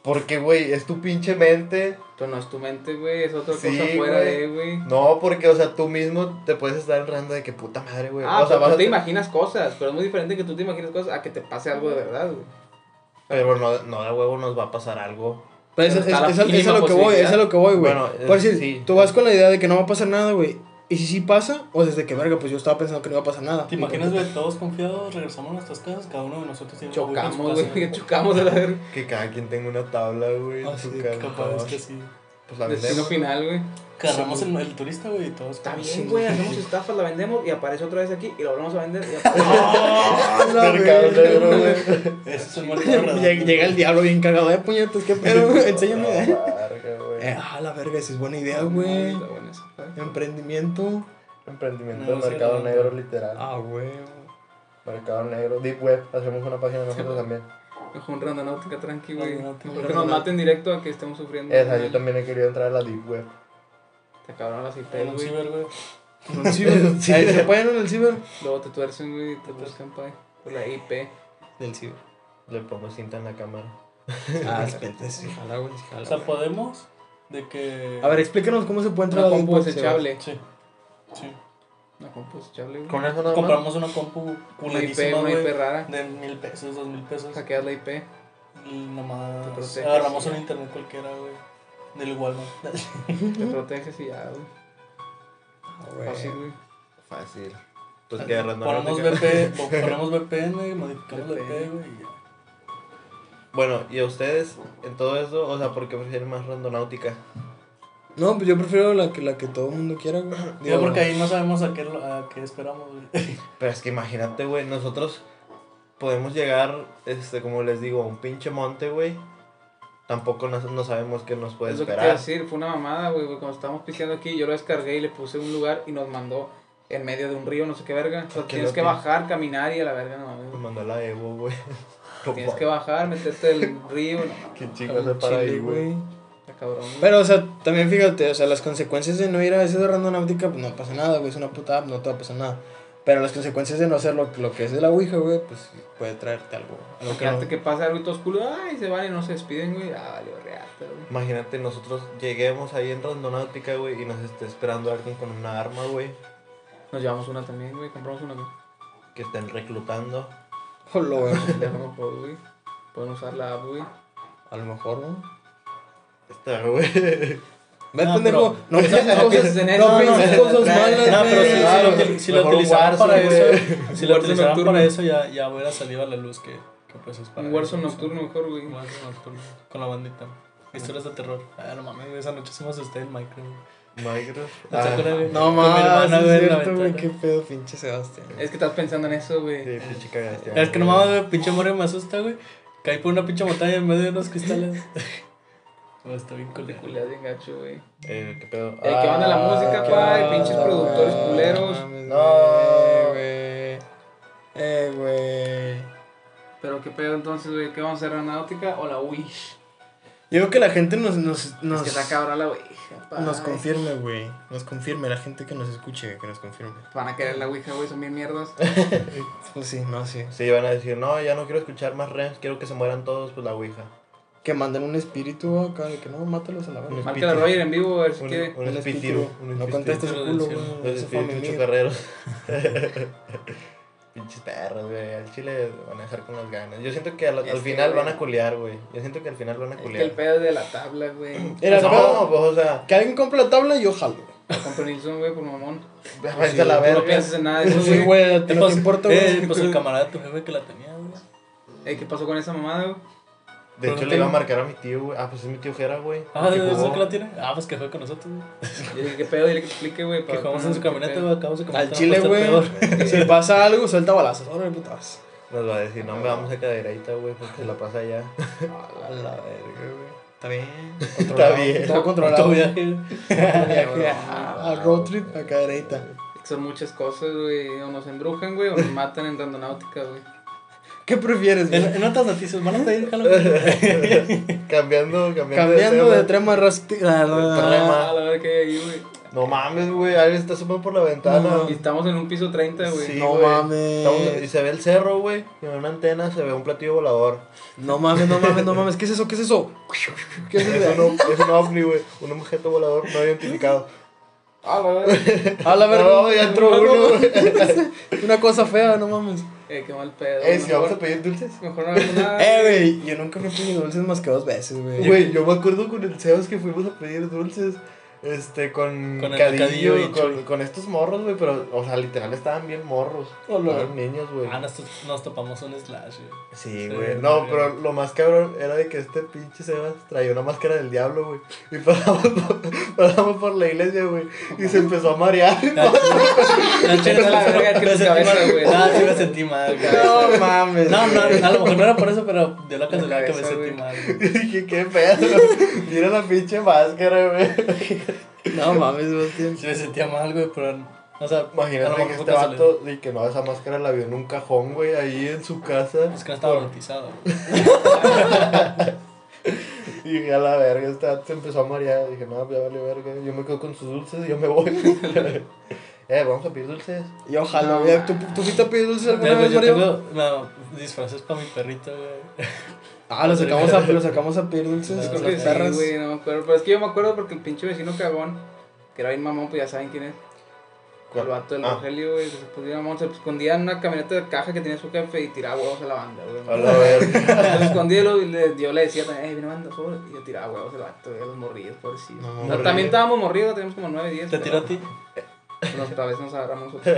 Speaker 3: Porque, güey, es tu pinche mente.
Speaker 1: Tú no es tu mente, güey, es otra
Speaker 3: Sí,
Speaker 1: cosa fuera
Speaker 3: güey.
Speaker 1: de, güey.
Speaker 3: No, porque, o sea, tú mismo te puedes estar enredando de que puta madre, güey.
Speaker 1: Ah,
Speaker 3: o sea,
Speaker 1: pero
Speaker 3: vas
Speaker 1: tú
Speaker 3: a...
Speaker 1: te imaginas cosas, pero es muy diferente que tú te imagines cosas a que te pase algo de verdad, güey.
Speaker 3: Pero no, no de huevo nos va a pasar algo.
Speaker 2: Pero es,
Speaker 1: Pero
Speaker 2: es,
Speaker 1: está la
Speaker 2: es- es a
Speaker 1: mínima
Speaker 2: lo que voy, es a lo que voy, güey.
Speaker 3: Bueno, eh,
Speaker 2: Por decir,
Speaker 3: sí.
Speaker 2: tú vas con la idea de que no va a pasar nada, güey. Y si sí pasa, o desde que verga, pues yo estaba pensando que no iba a pasar nada.
Speaker 4: ¿Te imaginas, güey, todos confiados, regresamos a nuestras casas, cada uno de nosotros tiene una ouija en su
Speaker 1: Chocamos,
Speaker 4: casa,
Speaker 1: güey, que chocamos a la verga.
Speaker 3: Que cada quien tenga una tabla, güey. en
Speaker 4: Ah,
Speaker 3: su
Speaker 4: sí,
Speaker 3: casa.
Speaker 4: capaz es que sí.
Speaker 3: Pues la
Speaker 1: Destino
Speaker 3: vendemos.
Speaker 1: final, güey.
Speaker 4: Cargamos el, el turista, güey, y todos.
Speaker 1: Está
Speaker 4: como,
Speaker 1: bien,
Speaker 4: sí,
Speaker 1: güey, hacemos estafas, la vendemos y aparece otra vez aquí y la volvemos a vender. Y
Speaker 2: ¡Ah, la
Speaker 3: Mercado
Speaker 2: verga,
Speaker 3: negro,
Speaker 2: güey!
Speaker 3: güey.
Speaker 4: Ese es el
Speaker 2: Llega llega el diablo bien cagado de puñetas, qué pedo, güey? enséñame.
Speaker 3: La verga, güey.
Speaker 2: Eh, ah, la verga, esa es buena idea, güey.
Speaker 1: Está bueno eso, güey.
Speaker 2: Emprendimiento.
Speaker 3: Emprendimiento
Speaker 4: No,
Speaker 3: del
Speaker 4: sí,
Speaker 3: mercado
Speaker 4: no.
Speaker 3: negro, literal.
Speaker 2: Ah, güey.
Speaker 3: Mercado negro, Deep Web. Hacemos una página nosotros también.
Speaker 1: Mejor un randonáutica tranqui, güey.
Speaker 4: Randonáutica.
Speaker 1: Mejor que nos maten directo a que estemos sufriendo.
Speaker 3: Esa,
Speaker 1: güey.
Speaker 3: yo también he querido entrar a la Deep Web.
Speaker 1: Te acabaron las IPs,
Speaker 4: En un
Speaker 1: güey.
Speaker 4: ciber, güey.
Speaker 2: En el ciber.
Speaker 3: Sí.
Speaker 2: Ahí ¿Se pueden en el ciber?
Speaker 1: Luego te tuercen, güey, y te buscan, pa' Por la IP.
Speaker 2: Del ciber.
Speaker 3: Le pongo cinta en la cámara.
Speaker 2: Ah, espérate, sí, jala, güey. sí, jala,
Speaker 4: O sea,
Speaker 2: güey.
Speaker 4: podemos de que...
Speaker 2: A ver, explícanos cómo se puede entrar
Speaker 1: Una
Speaker 2: a la
Speaker 1: compu
Speaker 2: Xbox,
Speaker 1: desechable.
Speaker 4: Sí. Sí.
Speaker 1: Una compu desechable, güey.
Speaker 3: Con eso nada más.
Speaker 4: Compramos una compu
Speaker 1: Una IP,
Speaker 4: culerísima,
Speaker 1: una
Speaker 4: güey.
Speaker 1: IP rara.
Speaker 4: De mil pesos, dos mil pesos.
Speaker 1: Hackeas la IP.
Speaker 4: Y nomás
Speaker 1: Te proteges.
Speaker 4: agarramos un internet cualquiera, güey. Del Walmart.
Speaker 1: Te proteges y ya, güey.
Speaker 2: Ah, güey.
Speaker 1: Fácil, güey.
Speaker 3: Fácil. Pues que
Speaker 4: ponemos,
Speaker 3: randonáutica.
Speaker 4: VP, po- ponemos VPN, güey, modificamos la IP, güey. y ya.
Speaker 3: Bueno, y a ustedes, en todo eso, o sea, ¿por qué prefieren más randonáutica?
Speaker 2: No, pues yo prefiero la que, la que todo el mundo quiera, güey.
Speaker 4: Digo, porque ahí no sabemos a qué, lo- a qué esperamos, güey.
Speaker 3: Pero es que imagínate, güey, nosotros podemos llegar, este, como les digo, a un pinche monte, güey. Tampoco no, no sabemos qué nos
Speaker 2: Pues
Speaker 3: puede
Speaker 1: es lo que te iba a
Speaker 3: esperar.
Speaker 1: decir, fue una mamada, güey, güey, cuando estábamos pisteando aquí, yo lo descargué y le puse un lugar y nos mandó en medio de un río, no sé qué verga. O sea,
Speaker 3: Qué
Speaker 1: tienes
Speaker 3: loco.
Speaker 1: que bajar, caminar y a la verga, no
Speaker 3: Me
Speaker 1: mames.
Speaker 3: mandó la Evo, güey.
Speaker 1: Tienes que bajar, meterte el río, no mames,
Speaker 3: Qué
Speaker 2: Ah,
Speaker 3: chingo se para
Speaker 2: chile,
Speaker 3: ahí, güey.
Speaker 1: está cabrón. güey.
Speaker 2: Pero, o sea, también fíjate, o sea, las consecuencias de no ir a ese de randonáutica, pues no pasa nada, güey, es una puta app, no te va a pasar nada. Pero las consecuencias de no hacer lo, lo que es de la Ouija, güey, pues sí, puede traerte algo. algo que
Speaker 1: Imagínate
Speaker 2: no.
Speaker 1: que pasa algo y todos culos, ay, se van y no se despiden, güey. Ah, valió reata, güey.
Speaker 3: Imagínate, nosotros lleguemos ahí en randonáutica, güey, y nos esté esperando alguien con una arma, güey,
Speaker 1: Nos llevamos una también, güey, compramos una, güey.
Speaker 3: que estén reclutando.
Speaker 2: Jolo, güey.
Speaker 1: Ya no me acuerdo, güey. Pueden usar la app, güey.
Speaker 2: A lo mejor, ¿no?
Speaker 3: Está, güey.
Speaker 2: Ves,
Speaker 4: No,
Speaker 2: pendejo.
Speaker 4: pero-
Speaker 2: No pienses
Speaker 1: no,
Speaker 2: cosas,
Speaker 1: pienses en eso,
Speaker 2: no pienses
Speaker 1: güey.
Speaker 2: cosas malas,
Speaker 4: No, pero si, si
Speaker 2: güey.
Speaker 4: lo, util- si lo
Speaker 3: Mejor un
Speaker 4: utilizaban para
Speaker 3: Warzone,
Speaker 4: eso, si lo
Speaker 1: Warzone
Speaker 4: utilizaban
Speaker 1: nocturno.
Speaker 4: para eso, ya, ya hubiera salido a la luz que, que pues es para
Speaker 1: Un Warzone
Speaker 4: eso,
Speaker 1: nocturno mejor, güey.
Speaker 4: Un Warzone nocturno con la bandita. Historias de terror. Ah, no mames, güey, esa noche hicimos usted en Minecraft. güey.
Speaker 3: Minecraft.
Speaker 4: ¿No te
Speaker 3: Ah,
Speaker 4: acuerdas, güey?
Speaker 2: No
Speaker 4: Con mi hermana,
Speaker 2: mames,
Speaker 4: güey,
Speaker 2: es
Speaker 4: en la
Speaker 2: cierto, güey. Qué
Speaker 4: ventana.
Speaker 2: pedo, pinche Sebastián.
Speaker 1: Es que estás pensando en eso, güey.
Speaker 3: Sí, pinche cagaste.
Speaker 4: Es que no mames, güey, pinche Mario me asusta, güey. Caí por una pinche montaña en medio de unos cristales. Güey, está bien
Speaker 1: Te
Speaker 4: culero.
Speaker 1: culeas bien gacho, güey.
Speaker 3: Eh, qué pedo. Ah,
Speaker 1: Eh, que banda la música,
Speaker 3: qué
Speaker 1: pa,
Speaker 3: banda.
Speaker 1: y pinches productores culeros.
Speaker 2: No, güey. Eh, güey.
Speaker 1: Pero qué pedo entonces, güey. ¿Qué vamos a hacer, la náutica o la Wish?
Speaker 2: Yo creo que la gente nos, nos,
Speaker 1: Es
Speaker 2: nos,
Speaker 1: que está cabrón la Ouija, pa.
Speaker 2: nos confirme, güey. Nos confirme, la gente que nos escuche, que nos confirme.
Speaker 1: Van a querer la Ouija, güey. Son bien mierdas.
Speaker 2: Pues sí, no, sí.
Speaker 3: Sí, van a decir, no, ya no quiero escuchar más rems, quiero que se mueran todos, pues la ouija.
Speaker 2: Que manden un espíritu acá, de que no, mátalos a la verga.
Speaker 3: Un
Speaker 1: Márcale a
Speaker 3: espíritu.
Speaker 1: Roger en vivo, a ver si
Speaker 3: Un,
Speaker 1: quiere.
Speaker 3: un
Speaker 2: El
Speaker 3: espíritu.
Speaker 2: espíritu.
Speaker 3: un
Speaker 2: No
Speaker 3: espíritu.
Speaker 2: contestes
Speaker 4: Pero
Speaker 2: el
Speaker 4: del
Speaker 2: culo,
Speaker 4: cielo.
Speaker 2: güey.
Speaker 3: Los
Speaker 2: Eso fue mi
Speaker 3: espíritus
Speaker 2: miedo.
Speaker 3: chocarreros. Pinches perros, güey. Al chile van a dejar con las ganas. Yo siento que al, al
Speaker 1: Es que,
Speaker 3: final
Speaker 1: güey.
Speaker 3: van a culear, güey. Yo siento que al final van a
Speaker 1: Es que el
Speaker 3: culear.
Speaker 1: pedo es de la tabla, güey.
Speaker 2: Era el
Speaker 3: no,
Speaker 2: pedo.
Speaker 3: pues, o sea,
Speaker 2: Que alguien compre la tabla y yo jalo. güey.
Speaker 1: Compro Nilsson, güey, por mamón.
Speaker 3: váyanse a la
Speaker 2: tú
Speaker 1: No
Speaker 3: verga.
Speaker 1: pienses en nada de Ah, eso,
Speaker 2: Sí,
Speaker 1: güey.
Speaker 2: güey, te no te importa,
Speaker 4: eh,
Speaker 2: güey.
Speaker 4: pues el camarada de tu jefe que la tenía, güey.
Speaker 1: Eh, ¿Qué pasó con esa mamada, güey?
Speaker 3: De hecho,
Speaker 2: no
Speaker 3: le iba a
Speaker 2: tengo-
Speaker 3: marcar a mi tío, güey. Ah, pues es mi tío Jera, güey.
Speaker 4: Ah,
Speaker 3: el que
Speaker 4: ¿de eso
Speaker 3: jugó.
Speaker 4: que la tiene? Ah, pues que fue con nosotros, güey.
Speaker 1: Yo dije, ¿qué pedo? Dile que explique, güey.
Speaker 4: Que
Speaker 1: para
Speaker 4: jugamos en
Speaker 1: poner
Speaker 4: su
Speaker 1: qué
Speaker 4: camioneta,
Speaker 1: pedo.
Speaker 4: güey. Acabamos de comentar.
Speaker 2: Al chile,
Speaker 4: pues, el peor.
Speaker 2: güey. Si pasa algo, suelta balazos. Órale, putas.
Speaker 3: Nos va a decir, no, me vamos a cadereita, güey, porque se la pasa allá.
Speaker 2: A la verga, güey. Está bien.
Speaker 3: Está bien.
Speaker 2: Todo controlado.
Speaker 4: Todo viaje.
Speaker 2: A road trip acá derecha.
Speaker 1: Son muchas cosas, güey. O nos embrujan, güey, o nos matan en Randonáutica, güey.
Speaker 2: ¿Qué prefieres,
Speaker 4: En,
Speaker 2: güey?
Speaker 4: en otras noticias, van a pedir jalo.
Speaker 3: Cambiando, cambiando.
Speaker 2: Cambiando
Speaker 3: tema.
Speaker 2: de tema rastro.
Speaker 3: Problema.
Speaker 1: Ah, la verdad que hay ahí, güey.
Speaker 3: No mames, güey. Alguien está asomado por la ventana.
Speaker 2: No.
Speaker 1: Y estamos en un piso 30, güey.
Speaker 3: Ah, Sí,
Speaker 2: No
Speaker 3: güey.
Speaker 2: mames.
Speaker 3: Estamos- y se ve el cerro, güey. Y en una antena se ve un platillo volador.
Speaker 2: No mames, no mames, no mames. ¿Qué es eso? ¿Qué es eso? ¿Qué es
Speaker 3: Es
Speaker 2: eso?
Speaker 3: un, es un ovni, güey. Un objeto volador no identificado.
Speaker 1: Ah, la verdad.
Speaker 2: A la verga.
Speaker 3: No, ya entró uno, güey.
Speaker 2: Una cosa fea, no mames.
Speaker 1: Eh, qué mal pedo.
Speaker 3: Eh, si vamos a
Speaker 1: mejor,
Speaker 3: pedir dulces.
Speaker 1: mejor no hagamos nada.
Speaker 2: Eh, güey. Yo nunca fui a pedir dulces más que dos veces, güey.
Speaker 3: Güey, yo me acuerdo con el Sebas que fuimos a pedir dulces. Este, con,
Speaker 4: Con el
Speaker 3: Cadillo
Speaker 4: Cadillo
Speaker 3: y
Speaker 4: y
Speaker 3: con,
Speaker 4: Chuy.
Speaker 3: con estos morros, güey. Pero, o sea, literal estaban bien morros.
Speaker 2: Hola.
Speaker 3: Estaban niños, güey.
Speaker 4: Ah, nos, nos topamos un slash, güey.
Speaker 3: Sí,
Speaker 4: Sí,
Speaker 3: güey.
Speaker 4: no,
Speaker 3: No, pero lo más cabrón era de que este pinche Sebas traía una máscara del diablo, güey. Y pasamos por, pasamos por la iglesia, güey. Y se empezó a marear.
Speaker 4: Ah, La
Speaker 1: Vete a la verga que tu cabeza, güey.
Speaker 4: No, Ah, sí me sentí mal, güey.
Speaker 2: No mames.
Speaker 4: No, no,
Speaker 2: güey.
Speaker 4: a lo mejor no era por eso, pero dio la casualidad que me
Speaker 1: cabeza,
Speaker 4: sentí
Speaker 1: güey.
Speaker 4: mal. güey.
Speaker 3: Y dije, qué pedo. Mira la pinche máscara, güey.
Speaker 2: No mames, Sebastián.
Speaker 4: Sí me sentía mal, güey, pero. O sea, a lo
Speaker 3: Imagínate
Speaker 4: mejor
Speaker 3: que
Speaker 4: fue
Speaker 3: este
Speaker 4: casualidad.
Speaker 3: vato, de que no, esa máscara la vio en un cajón, güey, ahí en su casa.
Speaker 4: Es pues que no estaba bautizado. güey.
Speaker 3: Y dije, a la verga, este vato se empezó a marear. Dije, no, pues ya vale verga. Yo me quedo con sus dulces y yo me voy. eh, vamos a pedir dulces.
Speaker 2: Y ojalá, güey. ¿Tú, ¿Tú fuiste a pedir dulces alguna
Speaker 4: Mira,
Speaker 2: vez,
Speaker 4: pues yo
Speaker 2: Mario?
Speaker 4: tengo no, disfraces para mi perrito, güey.
Speaker 2: Ah, lo sacamos a, lo sacamos a pedir dulces
Speaker 1: Yo
Speaker 2: con
Speaker 1: creo
Speaker 2: las
Speaker 1: que
Speaker 2: perras.
Speaker 1: sí, güey, no me acuerdo. Pero es que yo me acuerdo porque el pinche vecino cagón, que era bien mamón, pues ya saben quién es. El vato del
Speaker 3: Ah.
Speaker 1: Rogelio, güey, que se ponía mamón, se escondía en una camioneta de caja que tenía su jefe y tiraba huevos a la banda, güey.
Speaker 3: A la verga.
Speaker 1: Se escondía y lo- y le- yo le decía también, eh, viene banda, sobre. Y yo tiraba huevos al vato, güey, a los morridos, pobrecito.
Speaker 2: No,
Speaker 1: No,
Speaker 2: morridos.
Speaker 1: también estábamos morridos, teníamos como 9, 10.
Speaker 4: ¿Te tiró a ti?
Speaker 1: Nos, a veces nos agarramos otros.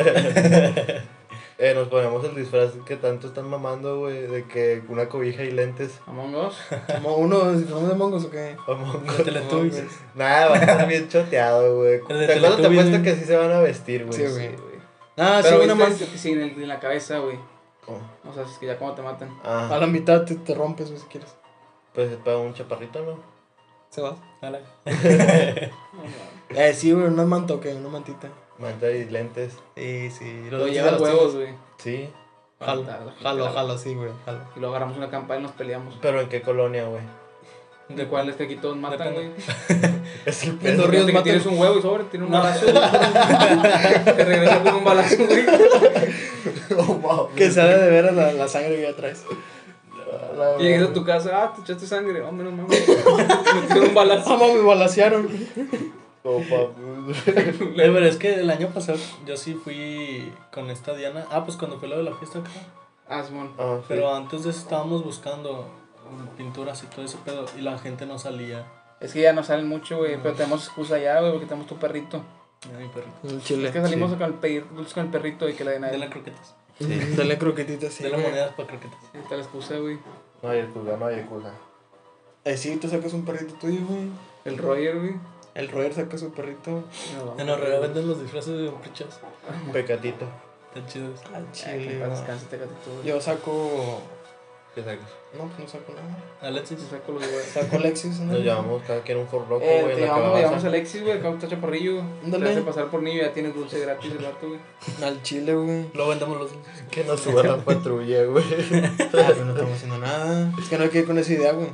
Speaker 3: Eh, nos ponemos el disfraz que tanto están mamando, güey, de que una cobija y lentes.
Speaker 1: Among Us.
Speaker 2: Como uno, ¿cómo de mongos o qué?
Speaker 3: Among
Speaker 4: Los
Speaker 3: Us.
Speaker 4: Teletubbies.
Speaker 3: Nada, va a estar bien choteado, güey.
Speaker 4: El
Speaker 3: Te
Speaker 4: de
Speaker 3: acuerdas, te
Speaker 4: Teletubbies,
Speaker 3: apuesto
Speaker 4: ¿no?
Speaker 3: que sí se van a vestir, güey.
Speaker 2: Sí, güey.
Speaker 1: Sí, güey.
Speaker 2: Ah, sí,
Speaker 1: Pero
Speaker 2: una
Speaker 1: viste
Speaker 2: más.
Speaker 1: que sí, en, el- en la cabeza, güey.
Speaker 3: Oh,
Speaker 1: O sea, es que ya como te matan.
Speaker 2: A
Speaker 3: Ah,
Speaker 2: la mitad te, te rompes, güey, si quieres.
Speaker 3: pues es para un chaparrito, ¿no?
Speaker 2: Se va.
Speaker 4: Ala.
Speaker 1: No, no.
Speaker 2: Eh, sí, güey, una manta, ok, una mantita.
Speaker 3: Manta y lentes.
Speaker 2: Sí, sí.
Speaker 1: Lo lleva huevos, güey.
Speaker 3: Sí.
Speaker 2: Jalo,
Speaker 1: Para matar a la
Speaker 2: jalo,
Speaker 1: gente.
Speaker 2: jalo, sí, güey, jalo.
Speaker 1: Y luego agarramos una campana y nos peleamos.
Speaker 3: Pero en qué colonia, güey.
Speaker 1: ¿De cuál es que aquí todos matan, güey?
Speaker 4: Depende.
Speaker 3: Es el
Speaker 2: En
Speaker 3: pedo.
Speaker 1: Fíjate
Speaker 2: Los ríos
Speaker 1: que
Speaker 2: matan.
Speaker 1: tienes un huevo y sobre, tiene un
Speaker 4: No.
Speaker 1: balazo. güey. Te regresó con un balazo, güey.
Speaker 3: Oh, wow.
Speaker 2: Que sale de ver a la, la sangre que ya traes.
Speaker 3: A la
Speaker 1: Y llegas a
Speaker 3: verga.
Speaker 1: tu casa, ah, te echaste sangre. Oh, menos mames. Me tiró un balazo.
Speaker 2: Ah, mami, balasearon.
Speaker 3: Oh, papu.
Speaker 4: Eh, pero es que el año pasado yo sí fui con esta Diana. Ah, pues cuando fue lo de la fiesta acá.
Speaker 1: Asmon.
Speaker 3: Ah, sí.
Speaker 4: Pero antes de eso estábamos buscando um, pinturas y todo ese pedo y la gente no salía.
Speaker 1: Es que ya no salen mucho, güey. Pero tenemos excusa ya, güey, porque tenemos tu perrito.
Speaker 4: Ay, mi perrito.
Speaker 2: Un chile.
Speaker 1: Es que salimos con, el pedir, dulces con el perrito y que le den a
Speaker 4: De
Speaker 1: él.
Speaker 4: las croquetas.
Speaker 2: Sí. Dale croquetitas, sí.
Speaker 4: De las
Speaker 2: güey.
Speaker 4: monedas para croquetas.
Speaker 1: Ahí Está la excusa, güey.
Speaker 3: No hay excusa, no hay excusa.
Speaker 2: Eh, sí, tú sacas un perrito tuyo, güey.
Speaker 1: El Roger, güey.
Speaker 2: El Roger saca su perrito.
Speaker 1: Nos vamos.
Speaker 4: En Orrega venden los disfraces de pichas.
Speaker 3: Pecatito.
Speaker 4: Están chidos.
Speaker 2: Al
Speaker 1: Ay, que en
Speaker 2: chile.
Speaker 1: paz
Speaker 2: güey.
Speaker 1: descanse, Tecatito, güey.
Speaker 2: Yo saco.
Speaker 3: ¿Qué sacas?
Speaker 2: No, pues no saco nada.
Speaker 1: Yo
Speaker 4: Alexis.
Speaker 1: saco los huevos.
Speaker 2: Saco Alexis, ¿no?
Speaker 3: Nos llevamos cada quien un forloco, güey,
Speaker 1: Eh,
Speaker 3: en
Speaker 1: te
Speaker 3: la
Speaker 1: llevamos, llevamos a
Speaker 3: calabaza.
Speaker 1: Alexis, güey, acá está chaparrillo. Te
Speaker 2: Ándale.
Speaker 1: hace pasar por niño y ya tienes dulce gratis el vato, güey.
Speaker 2: Al chile, güey.
Speaker 4: Luego vendemos los.
Speaker 3: Que nos suba la patrulla, güey.
Speaker 2: Ah, pero no estamos haciendo nada. Es que no hay que ir con esa idea, güey.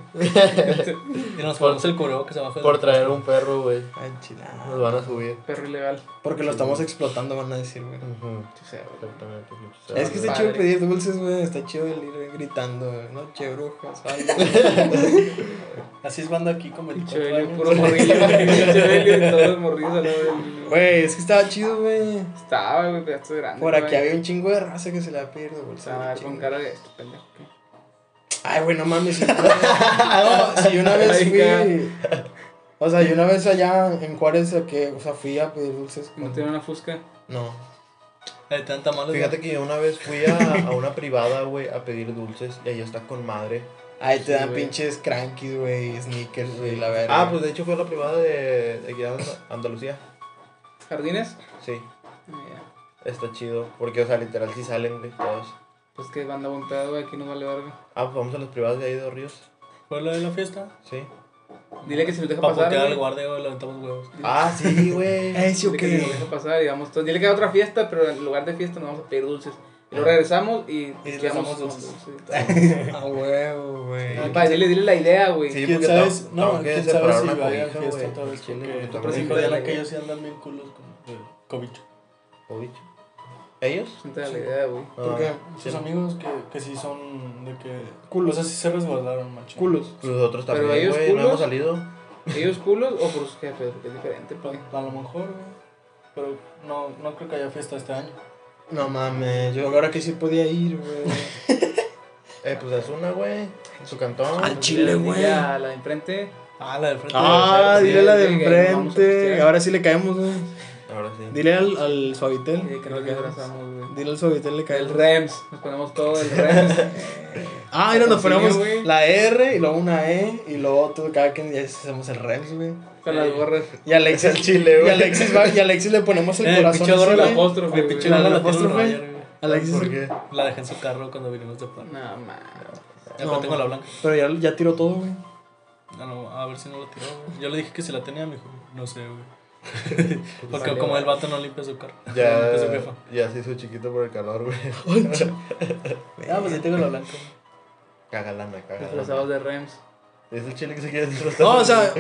Speaker 4: Y nos ponemos el cubreo que se baja.
Speaker 3: Por traer un perro, güey.
Speaker 2: Al chile. ah.
Speaker 3: Nos van a subir.
Speaker 1: Perro ilegal.
Speaker 2: Porque lo estamos explotando, van a decir, güey.
Speaker 1: O sea, güey.
Speaker 3: Exactamente.
Speaker 2: Es que está
Speaker 1: Padre.
Speaker 2: chido pedir dulces, güey. Está chido el ir gritando, güey. Noche, brujas, algo.
Speaker 4: Así es banda aquí con 24
Speaker 1: Pinche Belio,
Speaker 4: años.
Speaker 1: puro morrillo, güey. Pinche Belio y todos los morrillos al lado del-
Speaker 2: Güey, es que estaba chido, güey.
Speaker 1: Estaba, güey, pedazo de grande.
Speaker 2: Por aquí
Speaker 1: Ah, güey.
Speaker 2: había un chingo de raza que se le va a pedir de
Speaker 1: Se van a
Speaker 2: bolsa.
Speaker 1: ver con cara de este pendejo.
Speaker 2: Ay, güey, no mames. Si, no, si yo una vez fui. O sea, yo una vez allá en Juárez, a que, o sea, fui a pedir dulces.
Speaker 1: No
Speaker 2: con-
Speaker 1: tiene una fusca.
Speaker 2: No.
Speaker 4: Hay tanta mala.
Speaker 3: Fíjate que yo una vez fui a, a una privada, güey, a pedir dulces y ahí está con madre.
Speaker 2: Ahí te
Speaker 1: Sí,
Speaker 2: dan
Speaker 1: güey.
Speaker 2: pinches crankies, güey, sneakers, güey, la verga.
Speaker 3: Ah, pues de hecho fue a la privada de, de aquí a Andal- Andalucía.
Speaker 1: ¿Jardines?
Speaker 3: Sí,
Speaker 1: Ya.
Speaker 3: está chido. Porque, o sea, literal, sí salen, güey, todos.
Speaker 1: Pues que banda buen pedo, güey, aquí no vale verga.
Speaker 3: Ah, pues vamos a las privadas de ahí de Dos Ríos.
Speaker 4: ¿Fue la de la fiesta?
Speaker 3: Sí.
Speaker 1: Dile que si nos deja
Speaker 4: Para
Speaker 1: pasar.
Speaker 4: bloquear al
Speaker 1: güey.
Speaker 4: guardia, güey, le aventamos huevos.
Speaker 3: Ah, sí, güey.
Speaker 2: Ey, sí,
Speaker 1: Dile que si
Speaker 2: ok.
Speaker 1: nos deja pasar y vamos todos. Dile que hay otra fiesta, pero en lugar de fiesta nos vamos a pedir dulces. Y lo regresamos y.
Speaker 4: Y les
Speaker 1: quedamos
Speaker 4: damos
Speaker 1: con
Speaker 4: dulces.
Speaker 2: A huevo, güey.
Speaker 1: Ah, pa, dile, dile la idea, güey.
Speaker 3: Sí,
Speaker 4: ¿Quién
Speaker 3: porque
Speaker 4: sabe?
Speaker 3: tengo-
Speaker 4: No,
Speaker 3: tengo que
Speaker 4: quién sabe
Speaker 3: separar
Speaker 4: si
Speaker 3: una
Speaker 4: vaya a
Speaker 3: cobija,
Speaker 4: fiesta
Speaker 3: güey.
Speaker 4: otra vez.
Speaker 3: Chile,
Speaker 4: porque-
Speaker 3: porque
Speaker 4: Pero
Speaker 1: también-
Speaker 4: sí,
Speaker 1: Hijo de la
Speaker 4: Diana, que
Speaker 1: idea.
Speaker 4: ellos sí andan bien culos con eh, cobicho.
Speaker 3: ¿O bicho? ¿Ellos? Ah,
Speaker 1: Gente de la idea, güey.
Speaker 3: No,
Speaker 2: ¿Por qué?
Speaker 4: Sus amigos que, que sí son de que. Culos. O sea, sí se resguardaron, macho.
Speaker 2: Culos.
Speaker 3: Nosotros
Speaker 1: ¿Pero
Speaker 3: también,
Speaker 1: ellos
Speaker 3: güey, no
Speaker 1: culos?
Speaker 3: hemos salido.
Speaker 1: ¿Ellos culos o por sus jefes? Porque es diferente, güey.
Speaker 4: A lo mejor, güey. Pero no, no creo que haya fiesta este año.
Speaker 2: No mames, yo ahora que sí podía ir, güey.
Speaker 3: Eh, pues es una, güey. Su cantón.
Speaker 2: Al chile, güey.
Speaker 1: A la de enfrente.
Speaker 4: Ah, la de frente.
Speaker 2: Ah,
Speaker 1: sí,
Speaker 2: dile la de
Speaker 1: sí, que vamos a pistear.
Speaker 2: enfrente. Ahora sí le caemos, güey.
Speaker 3: Ahora sí.
Speaker 2: Dile al, al
Speaker 1: Y
Speaker 2: suavitel.
Speaker 1: de que nos abrazamos, güey.
Speaker 2: Dile al suavitel le
Speaker 1: El
Speaker 2: caemos.
Speaker 1: REMS, nos ponemos todo el REMS.
Speaker 2: Ah, mira, nos
Speaker 1: Patrocinio,
Speaker 2: ponemos
Speaker 1: güey.
Speaker 2: la R y luego una E y luego tú, cada quien ya hacemos el Rems, güey.
Speaker 1: con las gorras.
Speaker 2: Y Alexis
Speaker 3: Al chile, güey.
Speaker 2: Y Alexis, va- y Alexis le ponemos el
Speaker 4: Eh,
Speaker 2: corazón.
Speaker 4: pinche gorro
Speaker 2: así,
Speaker 4: la
Speaker 2: güey.
Speaker 1: voz. apóstrofe,
Speaker 4: Mi
Speaker 1: güey.
Speaker 4: pinche gorra
Speaker 2: La
Speaker 4: la tiene un
Speaker 2: apóstrofe.
Speaker 4: Roger, güey.
Speaker 2: Alexis,
Speaker 3: ¿Por qué?
Speaker 4: La dejé en su carro cuando vinimos de Puebla.
Speaker 1: No, man.
Speaker 4: Ya
Speaker 2: No,
Speaker 4: no, tengo
Speaker 2: güey.
Speaker 4: la blanca.
Speaker 2: Pero ya, ya tiró todo, güey.
Speaker 4: Ah, no, a ver si no lo tiró, güey. Yo le dije que si la tenía, me dijo, no sé, güey. Porque
Speaker 1: Vale,
Speaker 4: como
Speaker 1: vale.
Speaker 4: el vato no limpia su carro. no
Speaker 3: Ya,
Speaker 4: limpia su jefa.
Speaker 3: ya se hizo chiquito por el calor, güey.
Speaker 4: Ah, pues ahí tengo la blanca. güey.
Speaker 3: Cagalana,
Speaker 1: Disfrazados
Speaker 3: cagalana.
Speaker 1: de REMS.
Speaker 3: Es el chile que se quiere disfrazar.
Speaker 2: No, o sea,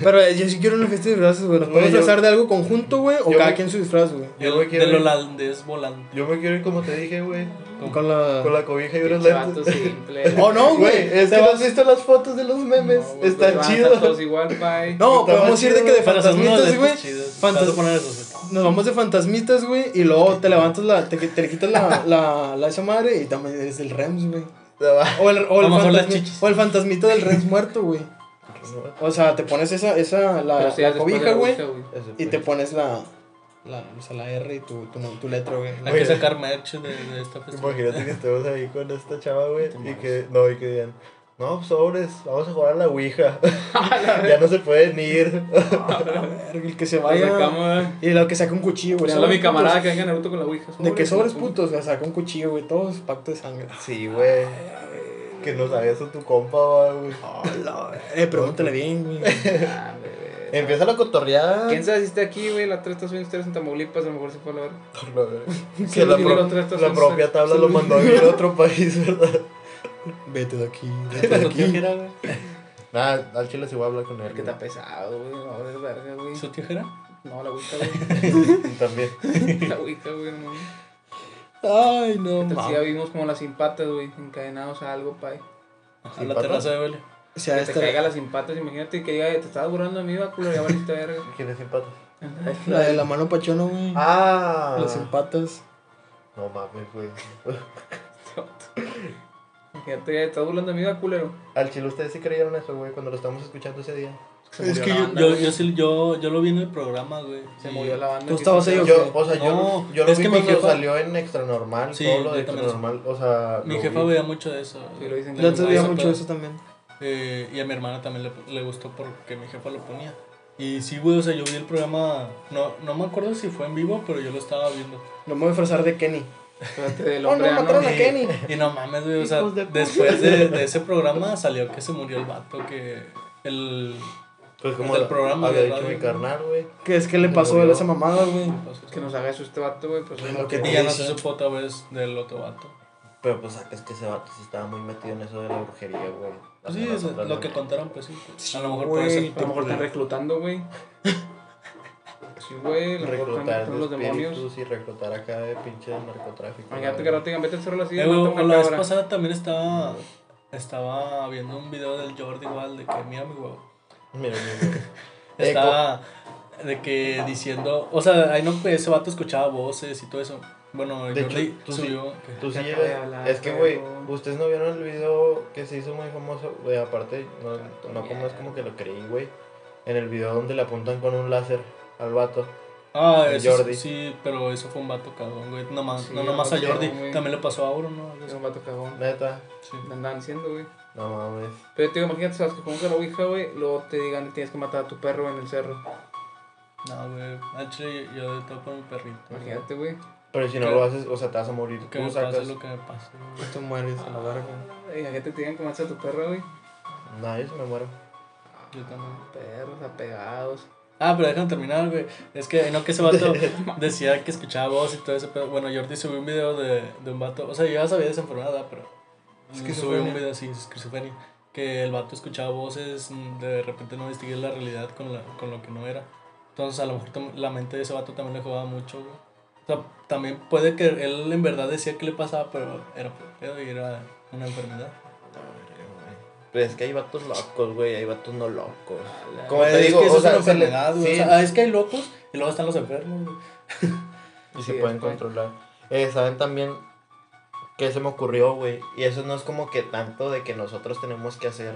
Speaker 2: pero yo sí quiero una fiesta de disfraces, güey. ¿Nos
Speaker 3: Güey,
Speaker 2: podemos
Speaker 3: yo-
Speaker 2: disfrazar de algo conjunto, güey? O
Speaker 3: yo
Speaker 2: cada
Speaker 3: me-
Speaker 2: quien su disfraz, güey.
Speaker 3: Yo
Speaker 4: Yo
Speaker 3: me quiero
Speaker 4: del
Speaker 3: ir-
Speaker 4: holandés volando.
Speaker 3: Yo me quiero ir como te dije, güey.
Speaker 2: Con la.
Speaker 3: Con la cobija y unos
Speaker 1: Ah, Pinche vato
Speaker 3: lentes.
Speaker 1: simple.
Speaker 2: Oh, no,
Speaker 3: Güey,
Speaker 2: güey.
Speaker 3: es
Speaker 2: te
Speaker 3: que no
Speaker 2: vas-
Speaker 3: has visto las fotos de los memes.
Speaker 1: No, güey, pues,
Speaker 3: Están
Speaker 1: van a estar
Speaker 3: chidos.
Speaker 1: Todos igual, bye.
Speaker 2: No,
Speaker 3: Está
Speaker 2: podemos
Speaker 3: más
Speaker 2: ir de
Speaker 3: chido,
Speaker 2: que de
Speaker 4: Pero son unos
Speaker 2: fantasmitas,
Speaker 4: lentes
Speaker 2: güey.
Speaker 4: chidos. Te vas a
Speaker 2: Fantas-
Speaker 4: poner esos, güey.
Speaker 2: Nos vamos de fantasmitas, güey. Y luego te levantas la. Te, te le quitas la, la, la esa madre y también eres el Rems, güey. O el, o
Speaker 4: A
Speaker 2: el,
Speaker 4: lo mejor las
Speaker 2: fantasmi-
Speaker 4: chichis.
Speaker 2: o el fantasmita del Rems muerto, güey. O sea, te pones esa, esa la,
Speaker 1: Pero
Speaker 2: la
Speaker 1: sí, después de
Speaker 2: cobija,
Speaker 1: la
Speaker 2: güey.
Speaker 1: ducha, güey.
Speaker 2: Y te poey. pones la, la, o sea, la R y tu, tu, no- tu letra, güey.
Speaker 4: Hay que sacar merch de, de esta fiesta.
Speaker 3: Imagínate que estemos ahí con esta chava, güey. Y que, no, y que digan, no, sobres, vamos a jugar a la Ouija. ya no se pueden ir.
Speaker 2: Verga, El que se
Speaker 1: Vaya.
Speaker 2: vaya. Y lo que saca un cuchillo, güey.
Speaker 1: Solo mi
Speaker 2: putos.
Speaker 1: camarada que venga Naruto con la Ouija. pues.
Speaker 2: De que sobres putos, o sea, saca un cuchillo, güey. Todos pacto de sangre.
Speaker 3: sí, güey. Que no sabías a tu compa, va, güey.
Speaker 4: Oh,
Speaker 2: Eh, pregúntale bien, güey.
Speaker 1: Ah, bebé.
Speaker 3: Empieza la cotorreada.
Speaker 1: ¿Quién sabe si está aquí, güey? La otra estación está en Tamaulipas, a lo mejor se fue a la verga.
Speaker 3: No, güey.
Speaker 1: Sí,
Speaker 3: Que la,
Speaker 1: y
Speaker 3: pro-
Speaker 1: la otra estación
Speaker 3: la propia
Speaker 1: se-
Speaker 3: tabla
Speaker 1: se-
Speaker 3: lo mandó a vivir a otro país, ¿verdad?
Speaker 2: Vete de aquí, vete
Speaker 1: Pues
Speaker 2: de
Speaker 4: Su tío
Speaker 2: aquí.
Speaker 4: que era, güey.
Speaker 3: Nada, al chile se va a hablar con él.
Speaker 1: Que está pesado, güey. No, de verga, güey.
Speaker 4: ¿Su tío que era?
Speaker 1: No, la Ouija, güey.
Speaker 3: güey. También.
Speaker 1: La Ouija, güey, no.
Speaker 2: Ay, no,
Speaker 1: Entonces ya
Speaker 2: mames.
Speaker 1: vimos como las simpatas, güey, encadenados a algo, pay.
Speaker 4: A
Speaker 3: ¿Sin
Speaker 4: la
Speaker 3: patas?
Speaker 4: terraza de Belio.
Speaker 2: O sea,
Speaker 1: Que te caiga
Speaker 2: esta.
Speaker 1: las simpatas, imagínate que diga, te estabas burlando de mí, va, culo, ya valiste verga.
Speaker 3: ¿Quién es empata?
Speaker 2: La de la mano pachona, güey.
Speaker 3: Ah.
Speaker 2: Los empatas.
Speaker 3: No mames, güey.
Speaker 1: Imagínate, ya te estás burlando de mí, va, culero.
Speaker 3: Al chile, ¿ustedes sí creyeron eso, güey, cuando lo estábamos escuchando ese día?
Speaker 1: Se murió
Speaker 2: Es que
Speaker 1: la
Speaker 2: yo-
Speaker 1: banda,
Speaker 4: Yo,
Speaker 1: güey.
Speaker 4: yo, sí- yo, yo lo vi en el programa, güey.
Speaker 1: Se
Speaker 4: y-
Speaker 1: murió la banda.
Speaker 2: ¿Tú estabas ahí o
Speaker 3: Yo,
Speaker 2: qué?
Speaker 3: o sea, yo,
Speaker 4: No,
Speaker 3: yo lo
Speaker 4: es
Speaker 3: vi
Speaker 4: que mi
Speaker 3: cuando
Speaker 4: jefa-
Speaker 3: salió en Extra Normal,
Speaker 4: Sí,
Speaker 3: todo lo de
Speaker 4: yo
Speaker 3: Extra
Speaker 4: también lo
Speaker 3: Normal, o sea...
Speaker 4: Mi
Speaker 3: lo
Speaker 4: jefa
Speaker 3: vi.
Speaker 4: veía mucho de eso.
Speaker 1: Sí, lo dicen.
Speaker 2: Yo antes veía
Speaker 4: Ese
Speaker 2: mucho
Speaker 4: pedo.
Speaker 2: eso también.
Speaker 4: Eh, y a mi hermana también le, le gustó porque mi jefa lo ponía. Y sí, güey, o sea, yo vi el programa. No, no me acuerdo si fue en vivo, pero yo lo estaba viendo.
Speaker 2: Lo voy a disfrazar de Kenny.
Speaker 1: Espérate, del
Speaker 2: Oh,
Speaker 1: hombre,
Speaker 2: no, mataron
Speaker 1: ¿no?
Speaker 2: a Kenny.
Speaker 4: Y no mames, güey, o sea,
Speaker 2: Hijos de puta.
Speaker 4: después de, de ese programa salió que se murió el vato, que el...
Speaker 3: Pues como
Speaker 4: Del
Speaker 3: la-
Speaker 4: programa
Speaker 3: había
Speaker 4: de
Speaker 3: dicho
Speaker 4: radio.
Speaker 3: mi carnal, güey.
Speaker 2: ¿Qué es que le
Speaker 3: Me
Speaker 2: pasó
Speaker 3: murió.
Speaker 2: a él esa mamada, güey?
Speaker 1: Que nos haga eso este vato, güey. Pues,
Speaker 3: Lo que-
Speaker 4: Y ya no se supo otra vez del otro vato.
Speaker 3: Pero pues es que ese vato sí estaba muy metido en eso de la brujería, güey.
Speaker 4: Pues sí, es lo que contaron, pues sí.
Speaker 2: Sí,
Speaker 4: A lo mejor
Speaker 2: güey.
Speaker 4: puede ser. pues,
Speaker 1: a lo mejor están reclutando, güey. Sí, güey, a lo mejor están
Speaker 3: Reclutar
Speaker 1: reclutando los
Speaker 3: de
Speaker 1: demonios.
Speaker 3: espíritus y reclutar acá de pinche narcotráfico.
Speaker 1: Imagínate
Speaker 3: güey.
Speaker 1: que ahora te digan, vete al cerro así.
Speaker 4: Eh,
Speaker 1: mata
Speaker 4: güey,
Speaker 1: una
Speaker 4: la vez
Speaker 1: cabra.
Speaker 4: pasada también estaba, estaba viendo un video del Jordi igual de que mira mi huevo.
Speaker 3: Mira, mira, güey. Eh,
Speaker 4: Estaba de que diciendo, o sea, ahí no, ese vato escuchaba voces y todo eso. Bueno, el
Speaker 3: De
Speaker 4: Jordi
Speaker 3: hecho, tú sí-
Speaker 4: subió.
Speaker 3: Tú sí
Speaker 1: Deja de
Speaker 3: llegas-
Speaker 1: hablar,
Speaker 3: Es que, güey,
Speaker 1: huevón.
Speaker 3: ustedes no vieron el video que se hizo muy famoso, güey, aparte,
Speaker 4: Ah,
Speaker 3: no, no como es como que lo creí, güey. En el video donde le apuntan con un láser al vato.
Speaker 4: Ah,
Speaker 3: el
Speaker 4: eso,
Speaker 3: Jordi.
Speaker 4: sí, pero eso fue un vato cagón, güey. No, más,
Speaker 1: Sí,
Speaker 4: no nomás a
Speaker 1: vato
Speaker 4: Jordi,
Speaker 1: cagón, güey.
Speaker 4: también le pasó a Auro, ¿no? Algo
Speaker 1: Es
Speaker 4: así.
Speaker 1: un vato cagón.
Speaker 3: Neta,
Speaker 4: Sí.
Speaker 1: Le andaban diciendo, güey.
Speaker 3: no mames.
Speaker 1: Pero te digo, imagínate, sabes que pongas la ouija, güey, luego te digan que tienes que matar a tu perro en el cerro.
Speaker 4: No, güey. Al chile yo, yo todo por mi perrito. güey.
Speaker 1: Imagínate, güey.
Speaker 3: Pero si no
Speaker 4: ¿Qué?
Speaker 3: lo haces, o sea, te vas a morir.
Speaker 4: Que
Speaker 3: Tú
Speaker 4: me pase
Speaker 3: sacas.
Speaker 4: lo que me pase. güey.
Speaker 2: Tú mueres a la verga.
Speaker 1: Ah, Imagínate, te digan que mates a tu perro, güey.
Speaker 3: No, yo sí me muero.
Speaker 4: Yo también.
Speaker 1: Perros apegados.
Speaker 4: Ah, pero déjame terminar, güey. Es que no que ese vato decía que escuchaba voz y todo eso, pero bueno, Jordi subió un video de, de un vato. O sea, yo ya sabía de esa enfermedad, ¿verdad? pero.
Speaker 3: Mm,
Speaker 4: Subió
Speaker 2: Esquizofrenia.
Speaker 4: un video así, esquizofrenia. Que el vato escuchaba voces, mm, de repente no investigué la realidad con, la, con lo que no era. Entonces, a lo mejor tam- la mente de ese vato también le jugaba mucho, güey. O sea, también puede que él en verdad decía que le pasaba, pero era puro pedo y era una enfermedad.
Speaker 3: Pero es que hay vatos locos, güey, hay vatos no locos.
Speaker 4: Como
Speaker 3: Como te digo,
Speaker 4: es que eso
Speaker 3: o sea,
Speaker 4: es una
Speaker 3: se le-
Speaker 4: enfermedad, güey.
Speaker 3: sí.
Speaker 4: O sea, es que hay locos y luego están los enfermos, güey.
Speaker 3: Y
Speaker 1: Sí,
Speaker 3: se
Speaker 1: está
Speaker 3: pueden
Speaker 1: bien.
Speaker 3: controlar. Eh, ¿Saben también qué se me ocurrió, güey? Y eso no es como que tanto de que nosotros tenemos que hacer.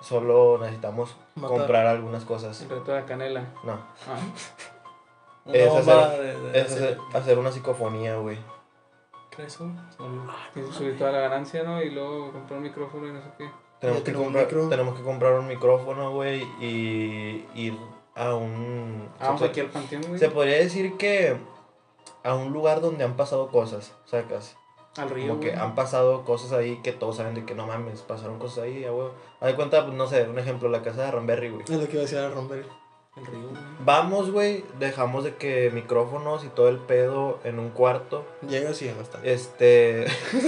Speaker 3: Solo necesitamos
Speaker 2: Matar.
Speaker 3: comprar algunas cosas.
Speaker 1: El reto de la canela.
Speaker 3: No,
Speaker 1: Ah,
Speaker 4: Una
Speaker 3: Es
Speaker 4: bomba
Speaker 3: hacer-
Speaker 4: de- de-
Speaker 3: es hacer, hacer una psicofonía, güey.
Speaker 4: ¿Qué es eso? Se me olvidó.
Speaker 1: tienes que subir toda la ganancia, ¿no? Y luego comprar un micrófono y no sé qué.
Speaker 3: Tenemos
Speaker 2: Ya
Speaker 3: que,
Speaker 2: tengo un
Speaker 3: comprar,
Speaker 2: micro.
Speaker 3: tenemos que comprar un micrófono, güey, y ir a un...
Speaker 1: Ah, vamos
Speaker 3: se,
Speaker 1: aquí al panteón, güey.
Speaker 3: se podría decir que a un lugar donde han pasado cosas, sacas.
Speaker 1: Al río,
Speaker 3: Como que
Speaker 1: güey.
Speaker 3: han pasado cosas ahí que todos saben de que no mames, pasaron cosas ahí, a huevo. Haz de cuenta, pues, no sé, un ejemplo, la casa de Ramberry, güey.
Speaker 2: Es lo que iba a decir a romper.
Speaker 1: El río, güey.
Speaker 3: Vamos, güey, dejamos de que micrófonos y todo el pedo en un cuarto.
Speaker 2: Llegas y ya no está.
Speaker 3: Este,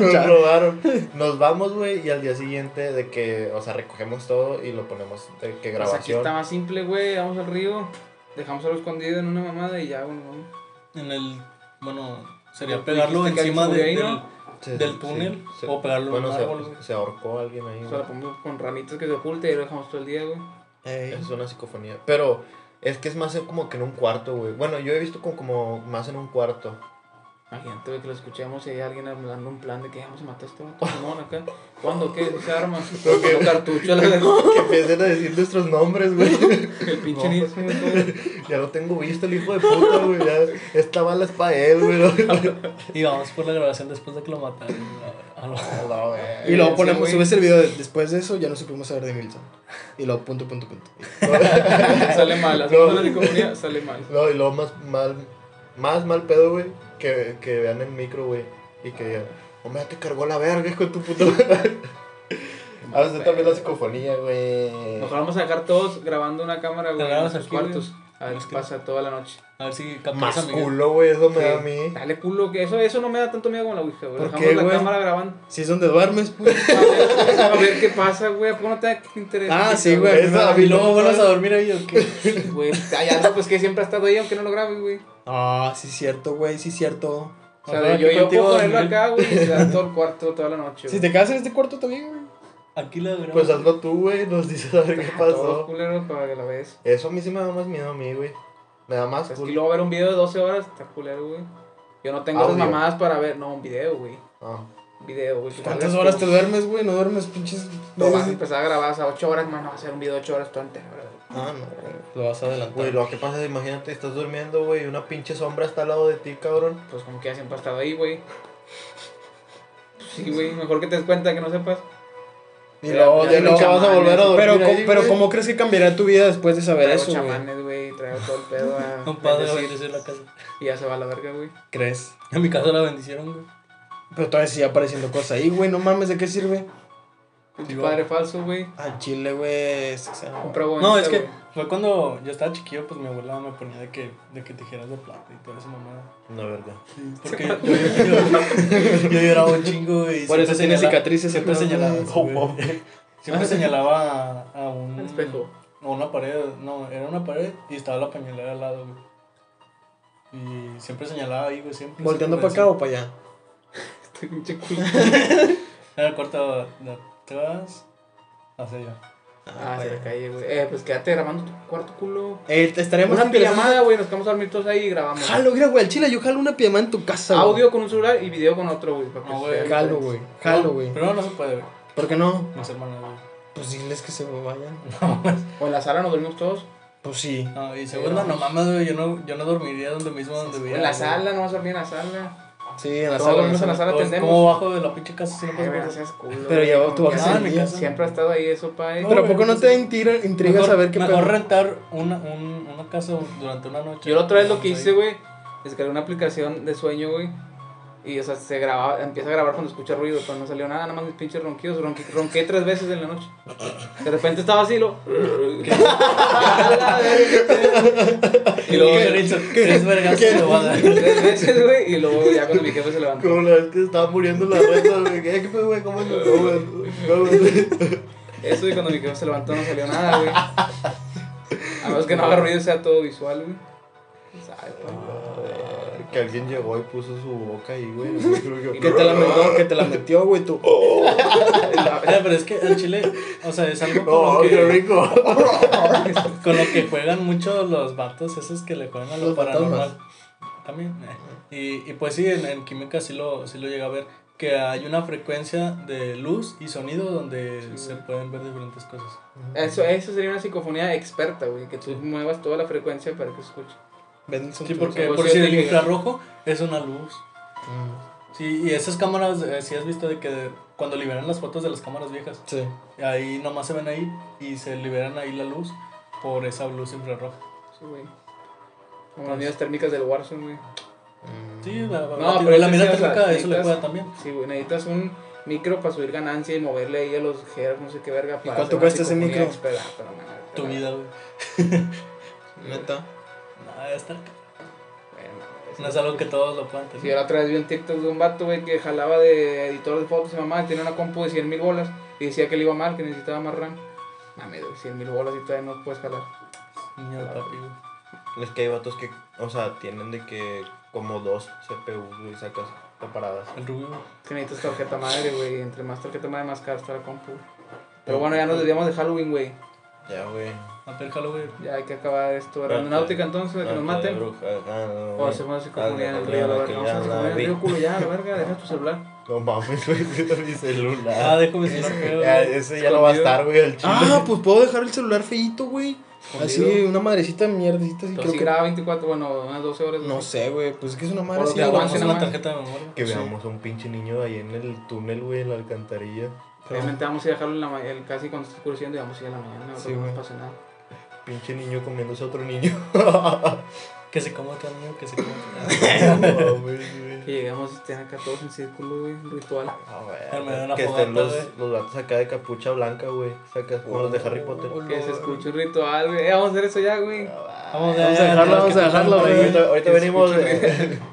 Speaker 3: nos robaron. Nos vamos, güey, y al día siguiente de que, o sea, recogemos todo y lo ponemos de
Speaker 1: Pues aquí
Speaker 3: que grabación.
Speaker 1: está más simple, güey. Vamos al río. Dejamos algo escondido en una mamada y ya, güey. ¿no?
Speaker 4: En el. Bueno, sería
Speaker 1: Pero
Speaker 4: pegarlo
Speaker 1: dijiste que
Speaker 4: encima
Speaker 1: alguien
Speaker 4: de-
Speaker 1: subió ahí,
Speaker 4: del.
Speaker 3: Se-
Speaker 4: del
Speaker 3: se-
Speaker 4: túnel,
Speaker 3: se-
Speaker 4: o pegarlo en
Speaker 3: bueno,
Speaker 4: un
Speaker 3: se-
Speaker 4: árbol, güey.
Speaker 3: Se, ahorcó alguien ahí.
Speaker 1: O sea,
Speaker 3: güey.
Speaker 1: la ponemos con ramitas que se oculte y lo dejamos todo el día, güey.
Speaker 2: Ey.
Speaker 3: Es una psicofonía. Pero es que es más como que en un cuarto, güey. Bueno, yo he visto como, como más en un cuarto.
Speaker 1: Imagínate, güey, que lo escuchemos y hay alguien hablando un plan de que vamos a matar a este vato Simón acá. ¿Cuándo? ¿Qué? ¿Qué arma? Un cartucho, la verga.
Speaker 3: Que empiecen a decir nuestros nombres, güey.
Speaker 1: El pinche
Speaker 3: No.
Speaker 1: Nilsson, güey.
Speaker 3: ya lo tengo visto, el hijo de puta, güey. Ya esta bala es para él, güey.
Speaker 4: Y vamos por la grabación después de que lo mataron. A lo- a lo-
Speaker 3: No, güey.
Speaker 2: Y
Speaker 1: Sí,
Speaker 2: luego ponemos,
Speaker 1: güey.
Speaker 2: subes el video de- después de eso, ya no supimos saber de Milton. Y luego punto, punto, punto.
Speaker 1: Sale mal. Hacemos la psicofonía, sale mal.
Speaker 3: No, y luego más mal, más mal pedo, güey, que, que vean el micro, güey, y que digan, hombre, ya te cargó la verga, hijo de tu puta madre". A veces también la psicofonía, güey.
Speaker 1: Mejor vamos a dejar todos grabando una cámara, güey, en
Speaker 4: Grabamos
Speaker 1: nuestros
Speaker 4: aquí, güey.
Speaker 1: cuartos. A ver
Speaker 4: Es
Speaker 1: qué
Speaker 4: que-
Speaker 1: pasa toda la noche.
Speaker 4: A ver si capturas a
Speaker 3: Más
Speaker 4: Miguel.
Speaker 3: culo, güey, eso me
Speaker 1: Sí.
Speaker 3: da a mí.
Speaker 1: Dale culo, que eso, eso no me da tanto miedo como la Ouija, güey.
Speaker 2: ¿Por
Speaker 1: Dejamos
Speaker 2: qué,
Speaker 1: la
Speaker 2: güey?
Speaker 1: cámara grabando.
Speaker 2: Si es donde duermes, pues.
Speaker 1: A ver, a ver qué pasa, güey. ¿A poco no te da interés?
Speaker 2: Ah, sí, güey.
Speaker 3: Esa,
Speaker 2: primero-
Speaker 3: a mí
Speaker 4: Y
Speaker 3: no.
Speaker 4: luego vuelves a dormir ahí o qué.
Speaker 1: Güey, ay, algo, pues que siempre ha estado ahí, aunque no lo grabe, güey.
Speaker 2: Ah, sí, cierto, güey, sí, cierto.
Speaker 1: O sea,
Speaker 4: Ajá,
Speaker 1: yo,
Speaker 4: aquí
Speaker 1: yo
Speaker 4: contigo,
Speaker 1: puedo ponerlo
Speaker 4: Miguel.
Speaker 1: acá, güey, y se da todo el cuarto, toda la noche.
Speaker 2: Si
Speaker 1: güey.
Speaker 2: te quedas en este cuarto también, güey.
Speaker 4: Aquí la grabamos.
Speaker 3: Pues hazlo tú, güey, nos dices a ver qué
Speaker 1: Todos
Speaker 3: pasó.
Speaker 1: culeros Ah, para que la veas.
Speaker 3: Eso a mí sí me da más miedo a mí, güey. Me da
Speaker 1: O
Speaker 3: más
Speaker 1: sea, es que
Speaker 3: culo.
Speaker 1: luego ver un video de 12 horas está culero, güey. Yo no tengo esas
Speaker 3: Audio.
Speaker 1: mamadas para ver, no, un video, güey.
Speaker 3: Ah,
Speaker 1: video, güey. que
Speaker 2: ¿Cuántas
Speaker 1: salga
Speaker 2: horas te
Speaker 1: como-
Speaker 2: duermes, güey? No duermes pinches.
Speaker 1: No, vas a
Speaker 2: meses.
Speaker 1: empezar a grabar hasta 8 horas, mano. Vas a hacer un video de 8 horas todo entero, ¿verdad?
Speaker 2: Ah, no, güey. Lo vas a
Speaker 3: Güey,
Speaker 2: adelantar.
Speaker 3: lo que pasa es, imagínate, estás durmiendo, güey, y una pinche sombra está al lado de ti, cabrón.
Speaker 1: Pues como que ya siempre ha estado ahí, güey. Pues Sí, güey, mejor que te des cuenta que no sepas.
Speaker 2: Y luego,
Speaker 1: Ya
Speaker 2: y
Speaker 3: Ya
Speaker 1: no
Speaker 2: luego-
Speaker 3: nunca vas a volver a dormir.
Speaker 2: Pero,
Speaker 3: ahí,
Speaker 2: co- pero
Speaker 3: güey.
Speaker 2: ¿cómo crees que cambiará tu vida después de saber
Speaker 1: Traigo
Speaker 2: eso, güey?
Speaker 1: chamanes, güey, traigo todo el pedo a...
Speaker 4: Un padre va a
Speaker 1: bendecir,
Speaker 4: bendecir la casa.
Speaker 1: Y ya se va a la verga, güey.
Speaker 2: ¿Crees?
Speaker 4: En mi casa la bendicieron, güey.
Speaker 2: Pero todavía sigue apareciendo cosas ahí, güey. No mames, ¿de qué sirve?
Speaker 1: Pinche
Speaker 4: Digo-
Speaker 1: padre falso, güey.
Speaker 2: Al chile, güey. es- o sea,
Speaker 1: Compra bonita,
Speaker 4: No, es que
Speaker 1: güey.
Speaker 4: fue cuando yo estaba chiquillo, pues mi abuela me ponía de que, de que tijeras de plata y toda esa mamada.
Speaker 3: No, verdad.
Speaker 4: Porque yo, yo, yo- yo lloraba un chingo güey, y
Speaker 2: Por eso tiene
Speaker 4: señala-
Speaker 2: cicatrices.
Speaker 4: Siempre
Speaker 2: ¿no?
Speaker 4: señalaba.
Speaker 3: Oh,
Speaker 4: güey.
Speaker 3: wow.
Speaker 4: Siempre señalaba a, a un
Speaker 1: Al espejo.
Speaker 4: A una pared. No, era una pared y estaba la pañalera al lado, güey. Y siempre señalaba ahí, güey, siempre.
Speaker 2: ¿Volteando para acá o para allá?
Speaker 1: Estoy Este pinche culo.
Speaker 4: Era corta de atrás hacia allá.
Speaker 1: Ah, se la calle, güey. Eh, pues quédate grabando tu cuarto culo.
Speaker 2: Eh, te estaremos
Speaker 1: Una pijamada, güey. Nos quedamos a dormir todos ahí y grabamos.
Speaker 2: Jalo, mira, güey, al chile yo jalo una pijamada en tu casa, güey.
Speaker 1: Audio con un celular y video con otro, güey. para que
Speaker 4: No,
Speaker 1: se
Speaker 4: güey,
Speaker 1: vea
Speaker 2: Jalo,
Speaker 1: diferente.
Speaker 2: güey. Jalo,
Speaker 4: No,
Speaker 2: güey.
Speaker 4: Pero no se puede, güey.
Speaker 2: ¿Por qué no?
Speaker 4: Mis hermanos, güey.
Speaker 2: Pues diles que se vayan.
Speaker 4: No, pues,
Speaker 1: O en la sala nos dormimos todos.
Speaker 2: Pues sí.
Speaker 4: no, y segunda, no mames, güey. Yo no, yo no dormiría donde mismo donde vivía.
Speaker 1: en Pues, la
Speaker 4: güey.
Speaker 1: sala, no vas a dormir en la sala.
Speaker 2: Sí, en la
Speaker 1: Todos
Speaker 2: sala.
Speaker 1: dormimos en la sala,
Speaker 4: Pues,
Speaker 1: atendemos.
Speaker 4: ¿Cómo bajo de la pinche casa si no
Speaker 1: Ay,
Speaker 4: pasa
Speaker 1: güey, no
Speaker 4: por-
Speaker 1: seas culo,
Speaker 2: Pero ya
Speaker 1: güey,
Speaker 2: tú
Speaker 1: como
Speaker 2: vas
Speaker 1: que
Speaker 4: a
Speaker 1: hace-
Speaker 4: en mi casa.
Speaker 1: Siempre ha estado ahí eso, pa. eh.
Speaker 4: No,
Speaker 2: Pero ¿a
Speaker 4: güey,
Speaker 2: poco no
Speaker 4: pues,
Speaker 2: te intriga, intriga
Speaker 4: Mejor-
Speaker 2: saber qué
Speaker 4: Mejor
Speaker 2: pedo?
Speaker 4: rentar una, un- una casa durante una noche.
Speaker 1: Yo la otra vez lo que
Speaker 4: Vamos
Speaker 1: hice,
Speaker 4: ahí.
Speaker 1: güey, descargué una aplicación de sueño, güey. Y, o sea, se graba, empieza a grabar cuando escucha ruido, pero no salió nada, nada más mis pinches ronquidos. Ronqué, ronqué tres veces en la noche. De repente estaba así, lo.
Speaker 4: Y luego
Speaker 1: ¿Qué?
Speaker 4: me Richard, tres vergas que lo va a dar.
Speaker 1: tres veces, güey, y luego ya cuando mi jefe se levantó.
Speaker 3: Como la vez que estaba muriendo la reta, güey. ¿Qué qué fue, güey? ¿Cómo se no, güey? No, güey.
Speaker 1: Eso y cuando mi jefe se levantó no salió nada, güey. A menos que no haga ruido y sea todo visual, güey. pues, Sabe, pa.
Speaker 3: Que alguien llegó y puso su boca ahí, güey. Yo creo
Speaker 2: Que te la metió, que te la metió, güey, tú.
Speaker 4: Oye, Pero es que el chile, o sea, es algo con,
Speaker 3: Oh,
Speaker 4: lo
Speaker 3: qué
Speaker 4: que,
Speaker 3: rico.
Speaker 4: con lo que juegan mucho los vatos esos que le juegan a lo
Speaker 2: Los
Speaker 4: paranormal.
Speaker 2: fantasmas.
Speaker 4: También. eh. Y, y pues sí, en, en química sí lo, sí lo llega a ver. Que hay una frecuencia de luz y sonido donde se pueden ver diferentes cosas.
Speaker 1: Eso, eso sería una psicofonía experta, güey, que tú muevas toda la frecuencia para que se escuche.
Speaker 2: Ven, son
Speaker 4: Sí,
Speaker 2: tus-
Speaker 4: porque
Speaker 1: Pues
Speaker 4: por
Speaker 1: sí,
Speaker 4: si
Speaker 1: yo
Speaker 4: el
Speaker 1: dije-
Speaker 4: infrarrojo es una luz.
Speaker 2: Mm,
Speaker 4: Sí, y esas cámaras, eh, sí has visto de que cuando liberan las fotos de las cámaras viejas,
Speaker 2: Sí.
Speaker 4: ahí nomás se ven ahí y se liberan ahí la luz por esa luz infrarroja.
Speaker 1: Sí, güey. Como las medidas térmicas del Warzone, güey.
Speaker 2: Mm.
Speaker 4: Sí, la, la-
Speaker 1: No,
Speaker 4: la-
Speaker 1: pero
Speaker 4: la
Speaker 1: es que
Speaker 4: mira
Speaker 1: sí, o sea,
Speaker 4: térmica, eso le
Speaker 1: necesitas-
Speaker 4: juega también.
Speaker 1: Sí, güey, necesitas un micro para subir ganancia y moverle ahí a los herbs, no sé qué verga. para
Speaker 2: cuánto
Speaker 1: hacer una
Speaker 2: cuesta ese
Speaker 1: psicofonía
Speaker 2: micro?
Speaker 1: experta, pero nada,
Speaker 4: Tu
Speaker 1: nada.
Speaker 4: vida, güey.
Speaker 2: Neta.
Speaker 4: Nada, está.
Speaker 1: Bueno,
Speaker 4: No es algo que todos lo puedan
Speaker 1: Sí, yo
Speaker 4: tener.
Speaker 1: la otra vez vi un TikTok de un vato, güey, que jalaba de editor de fotos y mamá, y tenía una compu de 100 mil bolas y decía que le iba mal, que necesitaba más RAM. Mame, güey, 100 mil bolas y todavía no puedes jalar.
Speaker 4: Niño de papi, güey.
Speaker 3: Es que hay vatos que, o sea, tienen de que como dos CPUs, güey, sacas separadas.
Speaker 4: El rubio. güey.
Speaker 1: Que necesitas tarjeta madre, güey, y entre más tarjeta madre, más cara está la compu. güey. Pero bueno, ya nos debíamos de Halloween, güey.
Speaker 3: Ya, güey.
Speaker 4: A ver, jalo, güey.
Speaker 1: Ya hay que acabar esto. Aeronáutica entonces, de que nos
Speaker 3: Noche de
Speaker 1: maten.
Speaker 3: brujas, ah, no,
Speaker 1: O
Speaker 3: güey.
Speaker 1: hacemos así
Speaker 3: Ah,
Speaker 1: como en el
Speaker 3: no,
Speaker 1: río, la
Speaker 3: no,
Speaker 1: verga.
Speaker 3: que
Speaker 1: Vamos a
Speaker 3: ya
Speaker 1: hacer
Speaker 3: la
Speaker 1: comunidad en el
Speaker 3: vi.
Speaker 1: río, culo, ya, la verga, deja tu celular.
Speaker 3: No mames, güey, quita mi
Speaker 4: Ah,
Speaker 3: celular.
Speaker 4: déjame decir lo
Speaker 3: Ya,
Speaker 4: que.
Speaker 3: ese ya no va a estar, güey, el chile.
Speaker 2: Ah, pues puedo dejar el celular feíto, güey. Así,
Speaker 1: Escondido.
Speaker 2: una madrecita de mierdecita, así
Speaker 1: Pero
Speaker 2: creo
Speaker 1: si
Speaker 2: que.
Speaker 1: graba 24, bueno, unas 12 horas.
Speaker 2: No sé, güey. Pues es que es una madre
Speaker 1: Por lo
Speaker 2: así,
Speaker 1: que
Speaker 2: güey.
Speaker 1: aguante,
Speaker 4: Vamos a
Speaker 1: nada
Speaker 4: una
Speaker 1: más.
Speaker 4: tarjeta de memoria.
Speaker 3: Que
Speaker 2: Sí.
Speaker 3: veamos a un pinche niño ahí en el túnel, güey, en la alcantarilla.
Speaker 1: Obviamente vamos a ir a Eh, dejarlo en la ma- el- casi cuando esté oscureciendo y vamos a ir a la mañana.
Speaker 2: Sí,
Speaker 1: porque no
Speaker 2: güey.
Speaker 1: pasa nada.
Speaker 3: Pinche niño comiéndose a otro niño.
Speaker 4: Que se coma otro niño, que se coma otro niño.
Speaker 3: No mames, güey.
Speaker 1: Que llegamos y estén acá todos en círculo, güey, un ritual.
Speaker 3: Ah,
Speaker 4: Pero me da
Speaker 3: güey,
Speaker 4: una
Speaker 3: Que
Speaker 4: fogata,
Speaker 3: estén
Speaker 4: güey.
Speaker 3: los, los gatos acá de capucha blanca, güey. Sacas como los de Harry Potter. Ah,
Speaker 1: Que se escuche un ritual, güey. Eh, vamos a hacer eso ya, güey.
Speaker 4: Vamos
Speaker 2: a dejarlo, vamos a dejarlo, güey.
Speaker 3: Ahorita, ahorita
Speaker 1: Que se
Speaker 3: venimos.
Speaker 1: escuche un
Speaker 3: de-
Speaker 1: ritual.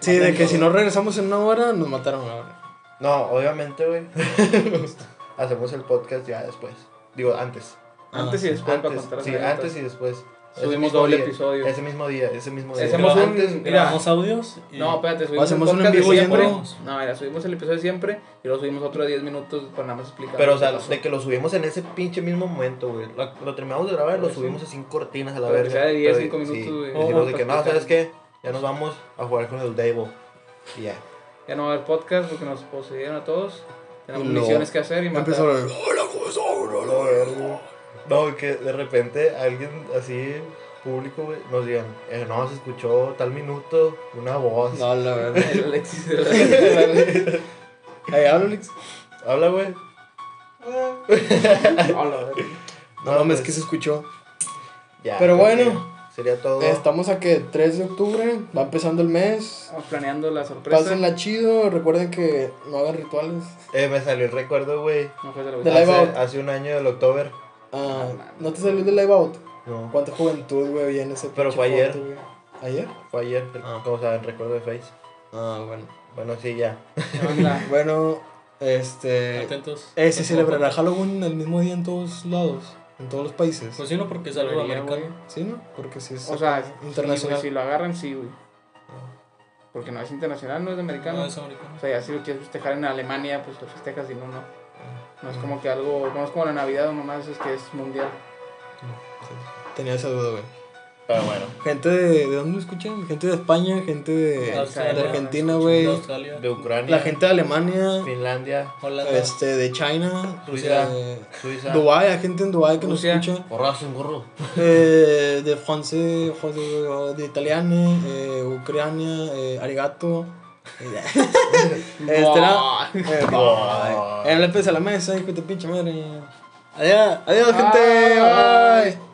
Speaker 2: Sí, de que si no regresamos en una hora, nos mataron ahora.
Speaker 3: No, obviamente, güey. Hacemos el podcast ya después. Digo, antes.
Speaker 1: Antes y después para
Speaker 3: Antes,
Speaker 1: contar las
Speaker 3: sí,
Speaker 1: anécdotas.
Speaker 3: antes y después. Ese
Speaker 1: Subimos
Speaker 3: mismo
Speaker 1: doble
Speaker 3: día,
Speaker 1: episodio.
Speaker 3: Ese mismo día, ese mismo día.
Speaker 1: Hacemos un-
Speaker 3: antes,
Speaker 1: mira,
Speaker 4: Grabamos audios y.
Speaker 1: No, espérate, subimos
Speaker 2: hacemos
Speaker 1: el
Speaker 2: un en
Speaker 1: podcast de
Speaker 2: vivo
Speaker 4: y en
Speaker 1: siempre.
Speaker 4: vivo.
Speaker 1: No, mira, subimos el episodio de siempre y luego subimos otro de 10 minutos para nada más explicar.
Speaker 3: Pero,
Speaker 1: lo
Speaker 3: o sea,
Speaker 1: que pasó.
Speaker 3: de que lo subimos en ese pinche mismo momento, güey. Lo, lo terminamos de grabar y lo
Speaker 1: Pues Sí.
Speaker 3: subimos así sin cortinas a la
Speaker 1: Pero que
Speaker 3: verga.
Speaker 1: sea de 10,
Speaker 3: Pero,
Speaker 1: cinco minutos,
Speaker 3: sí,
Speaker 1: güey.
Speaker 3: Decimos de
Speaker 1: Oh,
Speaker 3: que, no,
Speaker 1: para
Speaker 3: ¿sabes qué? Ya nos vamos a jugar con el Devil. Y ya.
Speaker 1: Ya no va a haber podcast porque nos poseyeron a todos. Tenemos
Speaker 2: Y luego
Speaker 1: misiones que hacer y matar.
Speaker 2: Empezó a hablar, hola, ¿cómo estás? Hola, la verga".
Speaker 3: No, que de repente alguien así, público, güey, nos digan, eh, no, se escuchó tal minuto, una voz.
Speaker 2: No, la verdad.
Speaker 1: El Alexis de la-
Speaker 2: Ahí habla, Alex.
Speaker 3: Habla, güey.
Speaker 1: Hola, güey.
Speaker 2: No mames,
Speaker 3: pues,
Speaker 2: que se escuchó.
Speaker 3: ya,
Speaker 2: Pero
Speaker 3: creo
Speaker 2: bueno.
Speaker 3: que Sería todo.
Speaker 2: Estamos a que 3 de octubre, va empezando el mes.
Speaker 1: Estamos planeando la sorpresa.
Speaker 2: Pásenla chido, recuerden que no hagan rituales.
Speaker 3: Eh, me salió el recuerdo, güey.
Speaker 1: No fue de la
Speaker 2: De la-
Speaker 1: guitarra.
Speaker 2: Live Out.
Speaker 3: Hace, hace un año del October.
Speaker 2: Ah,
Speaker 1: No mames.
Speaker 2: ¿No te salió el de Live Out?
Speaker 3: No,
Speaker 2: ¿Cuánta juventud, güey, había en ese
Speaker 3: Pero
Speaker 2: pinche
Speaker 3: fue ayer.
Speaker 2: foto, güey? ¿Ayer?
Speaker 3: fue ayer, el-
Speaker 2: Ah.
Speaker 3: como saben, recuerdo de Face.
Speaker 2: Ah, bueno.
Speaker 3: Bueno, sí, ya.
Speaker 1: Banda,
Speaker 2: Bueno, este.
Speaker 4: Atentos.
Speaker 2: Eh, se celebrará Halloween el mismo día en todos lados, en todos los países.
Speaker 4: Pues sí, no, porque es algo
Speaker 1: debería, güey.
Speaker 4: americano.
Speaker 2: Sí, ¿no? Porque si es
Speaker 1: O sea,
Speaker 2: acá,
Speaker 1: sí, güey,
Speaker 2: internacional.
Speaker 1: si lo agarran, sí, güey. Porque no es internacional, no es americano.
Speaker 4: No es americano.
Speaker 1: O sea, ya si lo quieres festejar en Alemania, pues lo festejas, si no, no. No es como que algo, no es como la Navidad o nomás, es que es mundial.
Speaker 2: Tenía esa duda, güey.
Speaker 3: Pero bueno.
Speaker 2: Gente de, ¿de dónde escuchan? Gente de España, gente de,
Speaker 1: De
Speaker 2: de
Speaker 1: Australia.
Speaker 2: Argentina,
Speaker 4: De
Speaker 2: güey.
Speaker 4: Australia.
Speaker 3: De Ucrania.
Speaker 2: La gente de Alemania,
Speaker 3: Finlandia,
Speaker 4: Holanda.
Speaker 2: este, de China,
Speaker 3: Rusia.
Speaker 2: de
Speaker 3: Suiza.
Speaker 2: Dubái, hay gente en Dubái que nos
Speaker 1: Rusia.
Speaker 2: escucha.
Speaker 3: Borrazo, un gorro.
Speaker 2: Eh, de francés, joder, de italiano, eh, Ucrania, eh, arigato. Eh, Este era. eh, bye. Era el pez a la mesa, hijo de tu pinche madre. Adiós, adiós, gente.
Speaker 1: Bye.
Speaker 2: Bye.